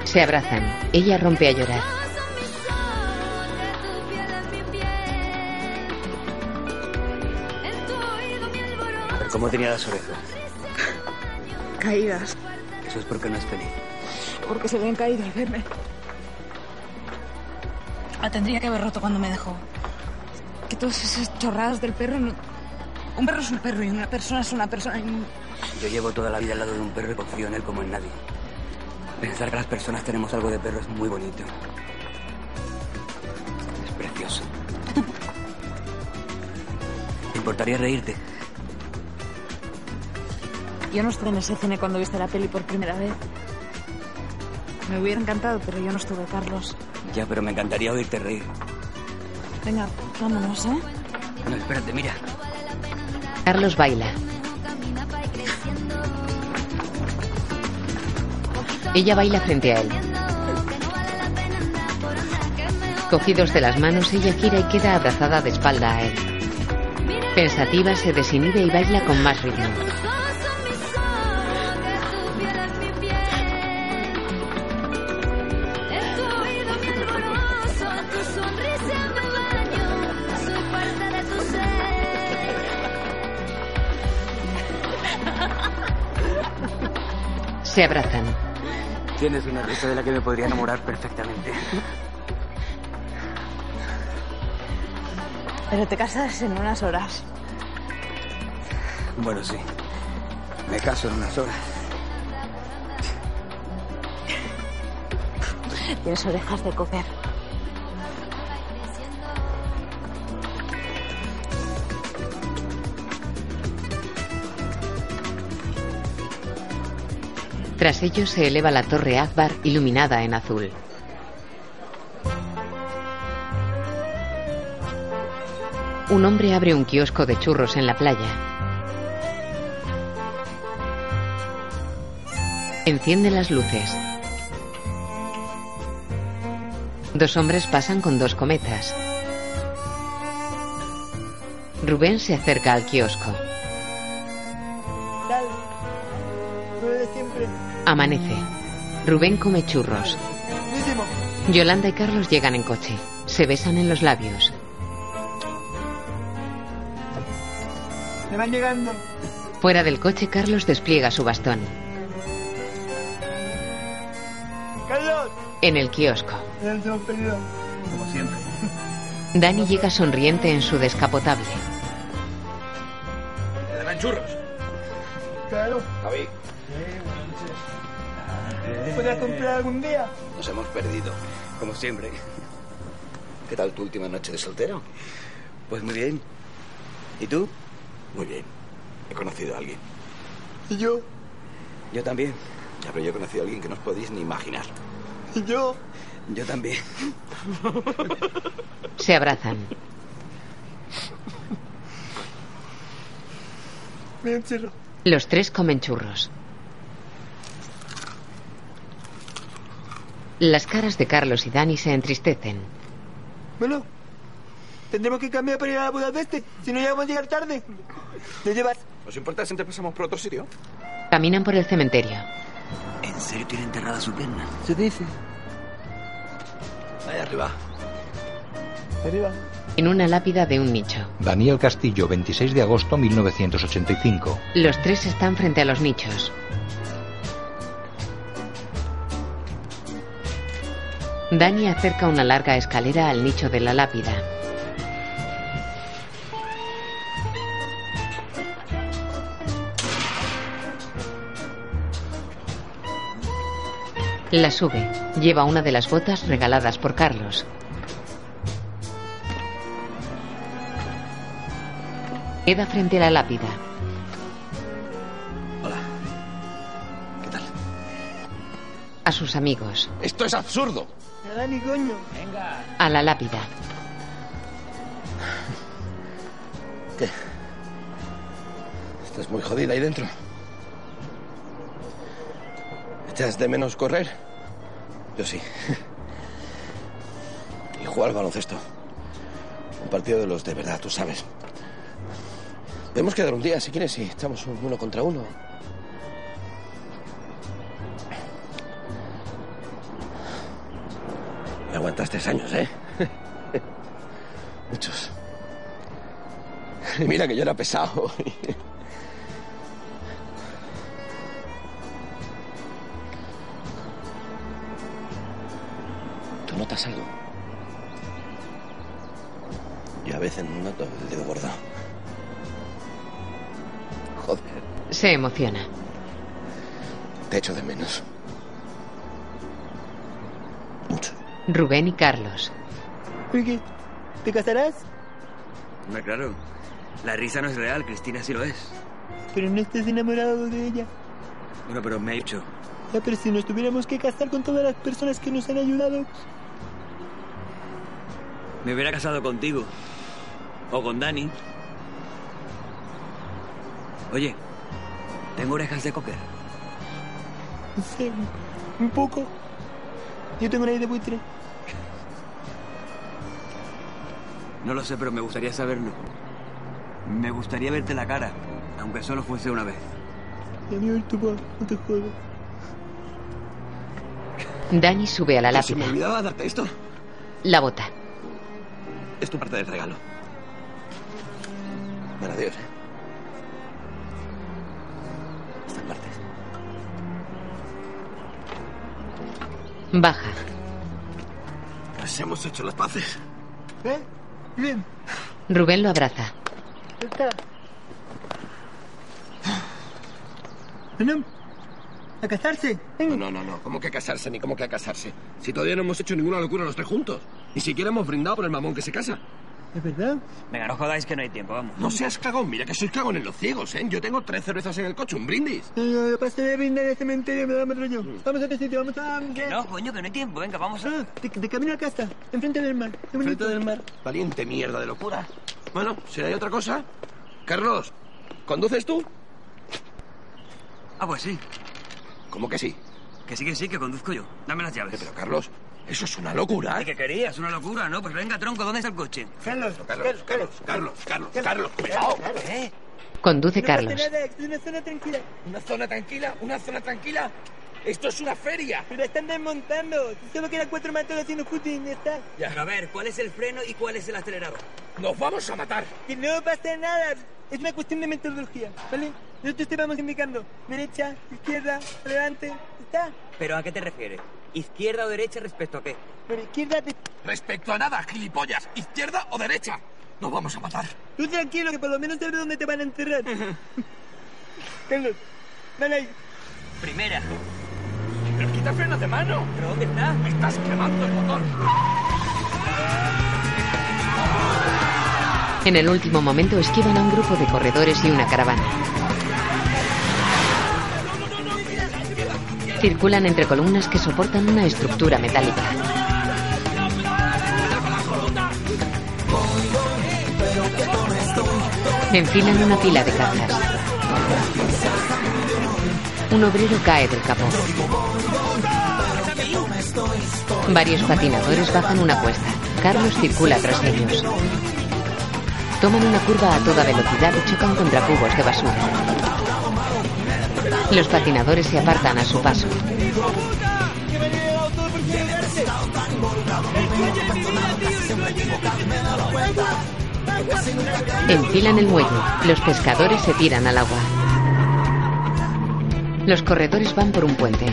Speaker 2: Se abrazan. Ella rompe a llorar.
Speaker 6: ¿Cómo tenía las orejas?
Speaker 3: Caídas,
Speaker 6: Eso es porque no es feliz.
Speaker 3: porque se ven caído al verme. La tendría que haber roto cuando me dejó. Que todas esas chorradas del perro no- Un perro es un perro y una persona es una persona. y un-
Speaker 6: Yo llevo toda la vida al lado de un perro y confío en él como en nadie. Pensar que las personas tenemos algo de perro es muy bonito. Es precioso. ¿Te importaría reírte?
Speaker 3: Yo no estuve en ese cine cuando viste la peli por primera vez. Me hubiera encantado, pero yo no estuve, Carlos.
Speaker 6: Ya, pero me encantaría oírte reír.
Speaker 3: Venga, vámonos, ¿eh?
Speaker 6: No, espérate, mira.
Speaker 2: Carlos baila. Ella baila frente a él. Cogidos de las manos, ella gira y queda abrazada de espalda a él. Pensativa, se desinhibe y baila con más ritmo.
Speaker 5: Tu sonrisa me baño, soy parte de tu ser.
Speaker 2: Se abrazan.
Speaker 6: Tienes una risa de la que me podría enamorar perfectamente.
Speaker 3: Pero te casas en unas horas.
Speaker 6: Bueno, sí. Me caso en unas horas.
Speaker 3: Tienes orejas de comer.
Speaker 2: Tras ellos se eleva la torre Akbar iluminada en azul. Un hombre abre un kiosco de churros en la playa. Enciende las luces. Dos hombres pasan con dos cometas. Rubén se acerca al kiosco.
Speaker 4: Dale. Lo de siempre.
Speaker 2: Amanece. Rubén come churros.
Speaker 4: Buenísimo.
Speaker 2: Yolanda y Carlos llegan en coche. Se besan en los labios.
Speaker 4: Me van llegando.
Speaker 2: Fuera del coche, Carlos despliega su bastón.
Speaker 4: ¡Carlos!
Speaker 2: En el kiosco,
Speaker 4: Ya nos hemos perdido. Como siempre.
Speaker 2: Dani llega sonriente en su descapotable.
Speaker 29: ¿Te darán churros?
Speaker 4: Claro.
Speaker 8: Javi,
Speaker 4: ¿Podrás comprar algún día?
Speaker 8: nos hemos perdido, como siempre. ¿Qué tal tu última noche de soltero?
Speaker 6: Pues muy bien. ¿Y tú?
Speaker 8: Muy bien. He conocido a alguien.
Speaker 4: ¿Y yo?
Speaker 6: Yo también.
Speaker 8: Ya, pero yo he conocido a alguien que no os podéis ni imaginar.
Speaker 4: ¿Y yo?
Speaker 6: Yo también.
Speaker 2: Se abrazan.
Speaker 4: Me un churro.
Speaker 2: Los tres comen churros. Las caras de Carlos y Dani se entristecen.
Speaker 4: Bueno, tendremos que cambiar para ir a la boda de este, si no ya vamos a llegar tarde. ¿Te llevas?
Speaker 8: ¿Os importa si empezamos por otro sitio?
Speaker 2: Caminan por el cementerio.
Speaker 6: ¿En serio tiene enterrada su pierna?
Speaker 4: Se dice.
Speaker 8: Ahí arriba.
Speaker 4: Arriba.
Speaker 2: En una lápida de un nicho.
Speaker 1: Daniel Castillo, 26 de agosto 1985.
Speaker 2: Los tres están frente a los nichos. Dani acerca una larga escalera al nicho de la lápida. La sube. Lleva una de las botas regaladas por Carlos. Queda frente a la lápida.
Speaker 8: Hola.
Speaker 2: ¿Qué tal? A sus amigos.
Speaker 8: Esto es absurdo.
Speaker 4: Nada ni coño. Venga.
Speaker 2: A la lápida.
Speaker 8: ¿Qué? Estás muy jodida ahí dentro. ¿Echas de menos correr? Yo sí. Y jugar al baloncesto. Un partido de los de verdad, tú sabes. Podemos quedar un día, si quieres, y echamos un uno contra uno. Me aguantaste años, ¿eh? Muchos. Y Mira que yo era pesado. ¿Tú notas algo? Yo a veces noto el dedo gordo. Joder,
Speaker 2: Se emociona.
Speaker 8: te echo de menos.
Speaker 2: Rubén y Carlos.
Speaker 4: Oye, ¿te casarás?
Speaker 6: Hombre, claro. La risa no es real, Cristina sí lo es.
Speaker 4: Pero no estás enamorado de ella.
Speaker 6: Bueno, pero me ha dicho.
Speaker 4: Ya, pero si nos tuviéramos que casar con todas las personas que nos han ayudado.
Speaker 6: Me hubiera casado contigo. O con Dani. Oye, tengo orejas de cocker.
Speaker 4: No sé, un poco. Yo tengo una idea de buitre.
Speaker 6: No lo sé, pero me gustaría saberlo. Me gustaría verte la cara, aunque solo fuese una vez.
Speaker 4: Y a mí ver tu voz, no te jodas.
Speaker 2: Dani sube a la
Speaker 8: Se
Speaker 2: lápida.
Speaker 8: me olvidaba darte esto.
Speaker 2: La bota.
Speaker 8: Es tu parte del regalo. Bueno, adiós, ¿eh? Hasta el martes.
Speaker 2: Baja.
Speaker 8: Pues hemos hecho las paces.
Speaker 4: ¿Eh? Bien,
Speaker 2: Rubén lo abraza.
Speaker 4: ya está.
Speaker 8: Ah.
Speaker 4: Bueno, a casarse.
Speaker 8: No, no, no, no. ¿Cómo que a casarse ni cómo que a casarse? Si todavía no hemos hecho ninguna locura los tres juntos. Ni siquiera hemos brindado por el mamón que se casa.
Speaker 4: ¿Es verdad?
Speaker 6: Venga, no jodáis que no hay tiempo, vamos.
Speaker 8: No seas cagón, mira que sois cagón en los ciegos, ¿eh? Yo tengo tres cervezas en el coche, un brindis.
Speaker 4: No, no, lo pasé de brindar al cementerio, me da más rollo. Vamos a otro sitio, vamos a...
Speaker 6: No,
Speaker 8: pues,
Speaker 6: coño, que no hay tiempo, venga, vamos a...
Speaker 4: Ah, de, de camino a casa, enfrente del mar. Qué bonito.
Speaker 8: del mar. Valiente mierda de locura. Bueno, si hay otra cosa. Carlos, ¿conduces tú?
Speaker 6: Ah, pues sí.
Speaker 8: ¿Cómo que sí? Eh,
Speaker 6: Que sí, que sí, que conduzco yo. Dame las llaves. Pero,
Speaker 8: Carlos, eso es una locura.
Speaker 6: ¿Y que querías? Una locura, ¿no? Pues venga, tronco, ¿dónde está el coche?
Speaker 4: Carlos,
Speaker 8: Carlos, Carlos, Carlos, Carlos, Carlos,
Speaker 6: ¿Eh?
Speaker 2: Conduce
Speaker 8: No
Speaker 2: Carlos.
Speaker 8: pasa
Speaker 4: nada, una zona tranquila.
Speaker 8: ¿Una zona tranquila? ¿Una zona tranquila? ¡Esto es una feria!
Speaker 4: Pero la están desmontando. Solo quedan cuatro matos haciendo footing, ya está.
Speaker 6: Pero a ver, ¿cuál es el freno y cuál es el acelerador?
Speaker 8: ¡Nos vamos a matar!
Speaker 4: Que no pasa nada. Es una cuestión de metodología, ¿vale? Nosotros te vamos indicando. Derecha, izquierda, adelante. ¿Está?
Speaker 6: ¿Pero a qué te refieres? ¿Izquierda o derecha respecto a qué?
Speaker 4: Pero izquierda te...
Speaker 8: Respecto a nada, gilipollas. ¿Izquierda o derecha? ¡Nos vamos a matar!
Speaker 4: Tú tranquilo, que por lo menos sabes dónde te van a enterrar. Carlos, dale ahí.
Speaker 6: Primera.
Speaker 8: ¡Pero quita frenos de mano!
Speaker 6: ¿Pero dónde está?
Speaker 8: ¡Me estás quemando el motor!
Speaker 2: En el último momento esquivan a un grupo de corredores y una caravana. Circulan entre columnas que soportan una estructura metálica. Enfilan una pila de cajas. Un obrero cae del capó. Varios patinadores bajan una cuesta. Carlos circula tras ellos. Toman una curva a toda velocidad y chocan contra cubos de basura. Los patinadores se apartan a su paso. Enfilan el muelle. Los pescadores se tiran al agua. Los corredores van por un puente.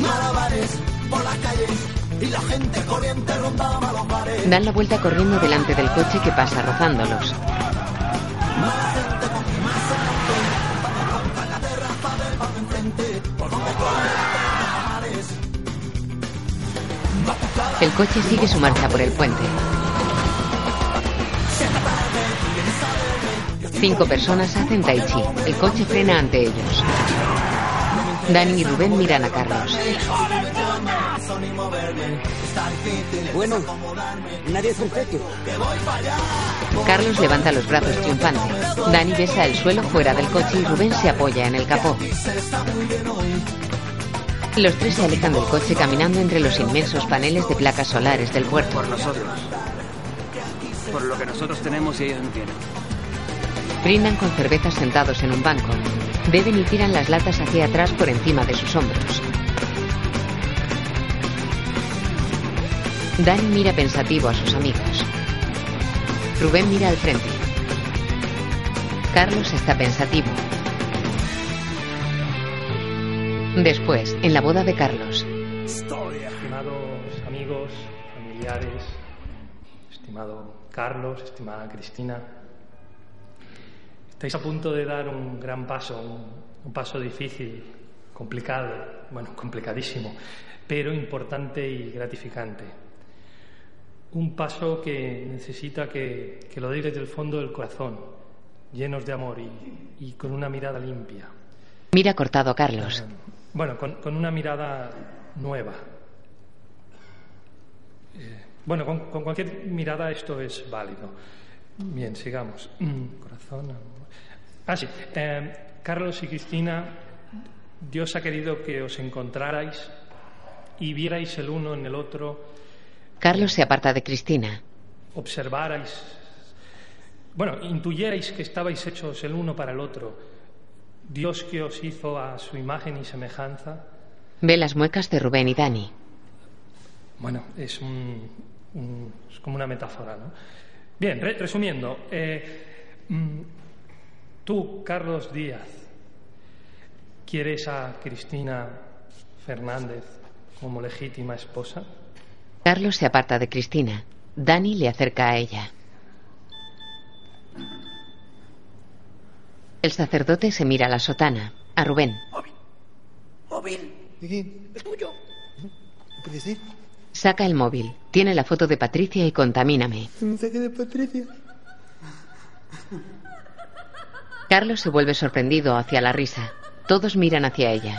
Speaker 14: Malabares por las calles y la gente corriente rondaba malos bares.
Speaker 2: Dan la vuelta corriendo delante del coche que pasa rozándolos. El coche sigue su marcha por el puente. Cinco personas hacen tai chi. El coche frena ante ellos. Dani y Rubén miran a Carlos.
Speaker 6: Bueno, nadie es un
Speaker 2: Carlos levanta los brazos triunfante. Dani besa el suelo fuera del coche y Rubén se apoya en el capó. Los tres se alejan del coche caminando entre los inmensos paneles de placas solares del puerto.
Speaker 6: Por nosotros. Por lo que nosotros tenemos y ellos no tienen.
Speaker 2: Brindan con cervezas sentados en un banco. Beben y tiran las latas hacia atrás por encima de sus hombros. Dani mira pensativo a sus amigos. Rubén mira al frente. Carlos está pensativo. Después, en la boda de Carlos,
Speaker 7: Estimados amigos, familiares, estimado Carlos, estimada Cristina, estáis a punto de dar un gran paso, un, un paso difícil, complicado, bueno, complicadísimo, pero importante y gratificante. Un paso que necesita que, que lo deis desde el fondo del corazón, llenos de amor y- y con una mirada limpia.
Speaker 2: mira cortado a Carlos.
Speaker 7: Bueno, con, con una mirada nueva. Eh, bueno, con, con cualquier mirada esto es válido. Bien, sigamos. Mm, Corazón. amor. Ah, sí. Eh, Carlos y Cristina, Dios ha querido que os encontrarais y vierais el uno en el otro,
Speaker 2: Carlos se aparta de Cristina.
Speaker 7: observarais, bueno, intuyerais que estabais hechos el uno para el otro. Dios que os hizo a su imagen y semejanza.
Speaker 2: Ve las muecas de Rubén y Dani.
Speaker 7: Bueno, es, un- un- es como una metáfora, ¿no? Bien, re- resumiendo, eh, mm, tú, Carlos Díaz, ¿quieres a Cristina Fernández como legítima esposa?
Speaker 2: Carlos se aparta de Cristina. Dani le acerca a ella. El sacerdote se mira a la sotana, a Rubén.
Speaker 23: Móvil. ¿De quién? Es tuyo. ¿Puedes ir?
Speaker 2: Saca el móvil, tiene la foto de Patricia y contamíname.
Speaker 23: El mensaje de Patricia.
Speaker 2: Carlos se vuelve sorprendido hacia la risa. Todos miran hacia ella.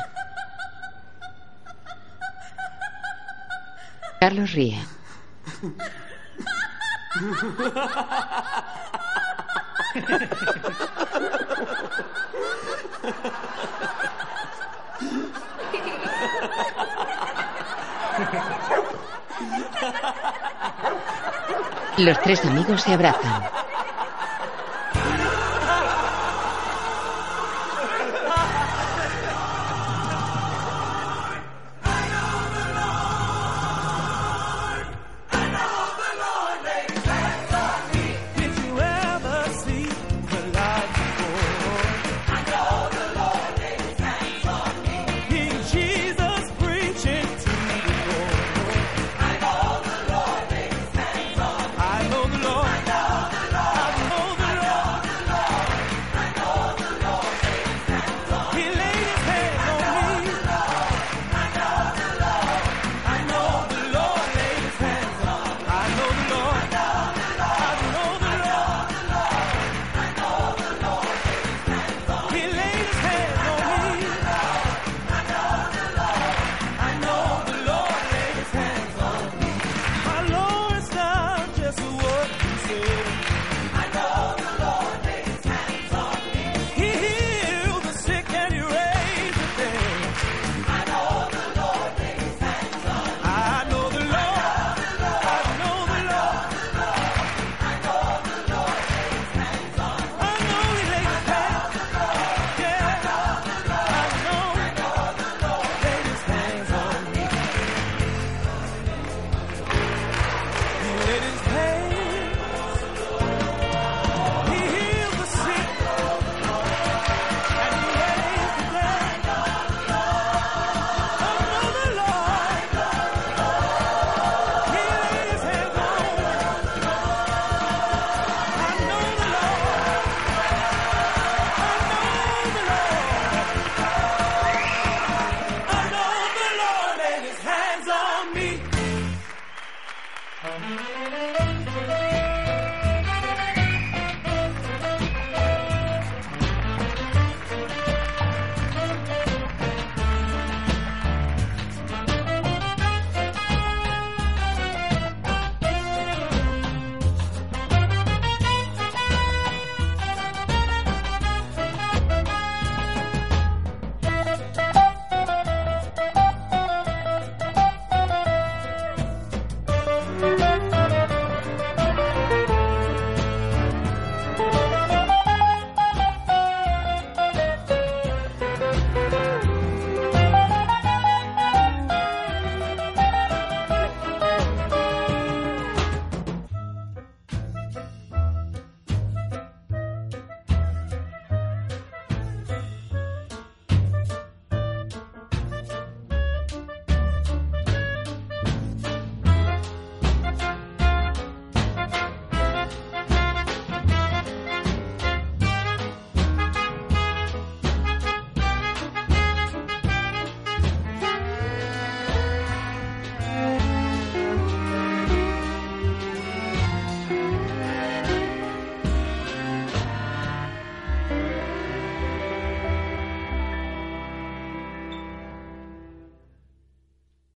Speaker 2: Carlos ríe. Los tres amigos se abrazan.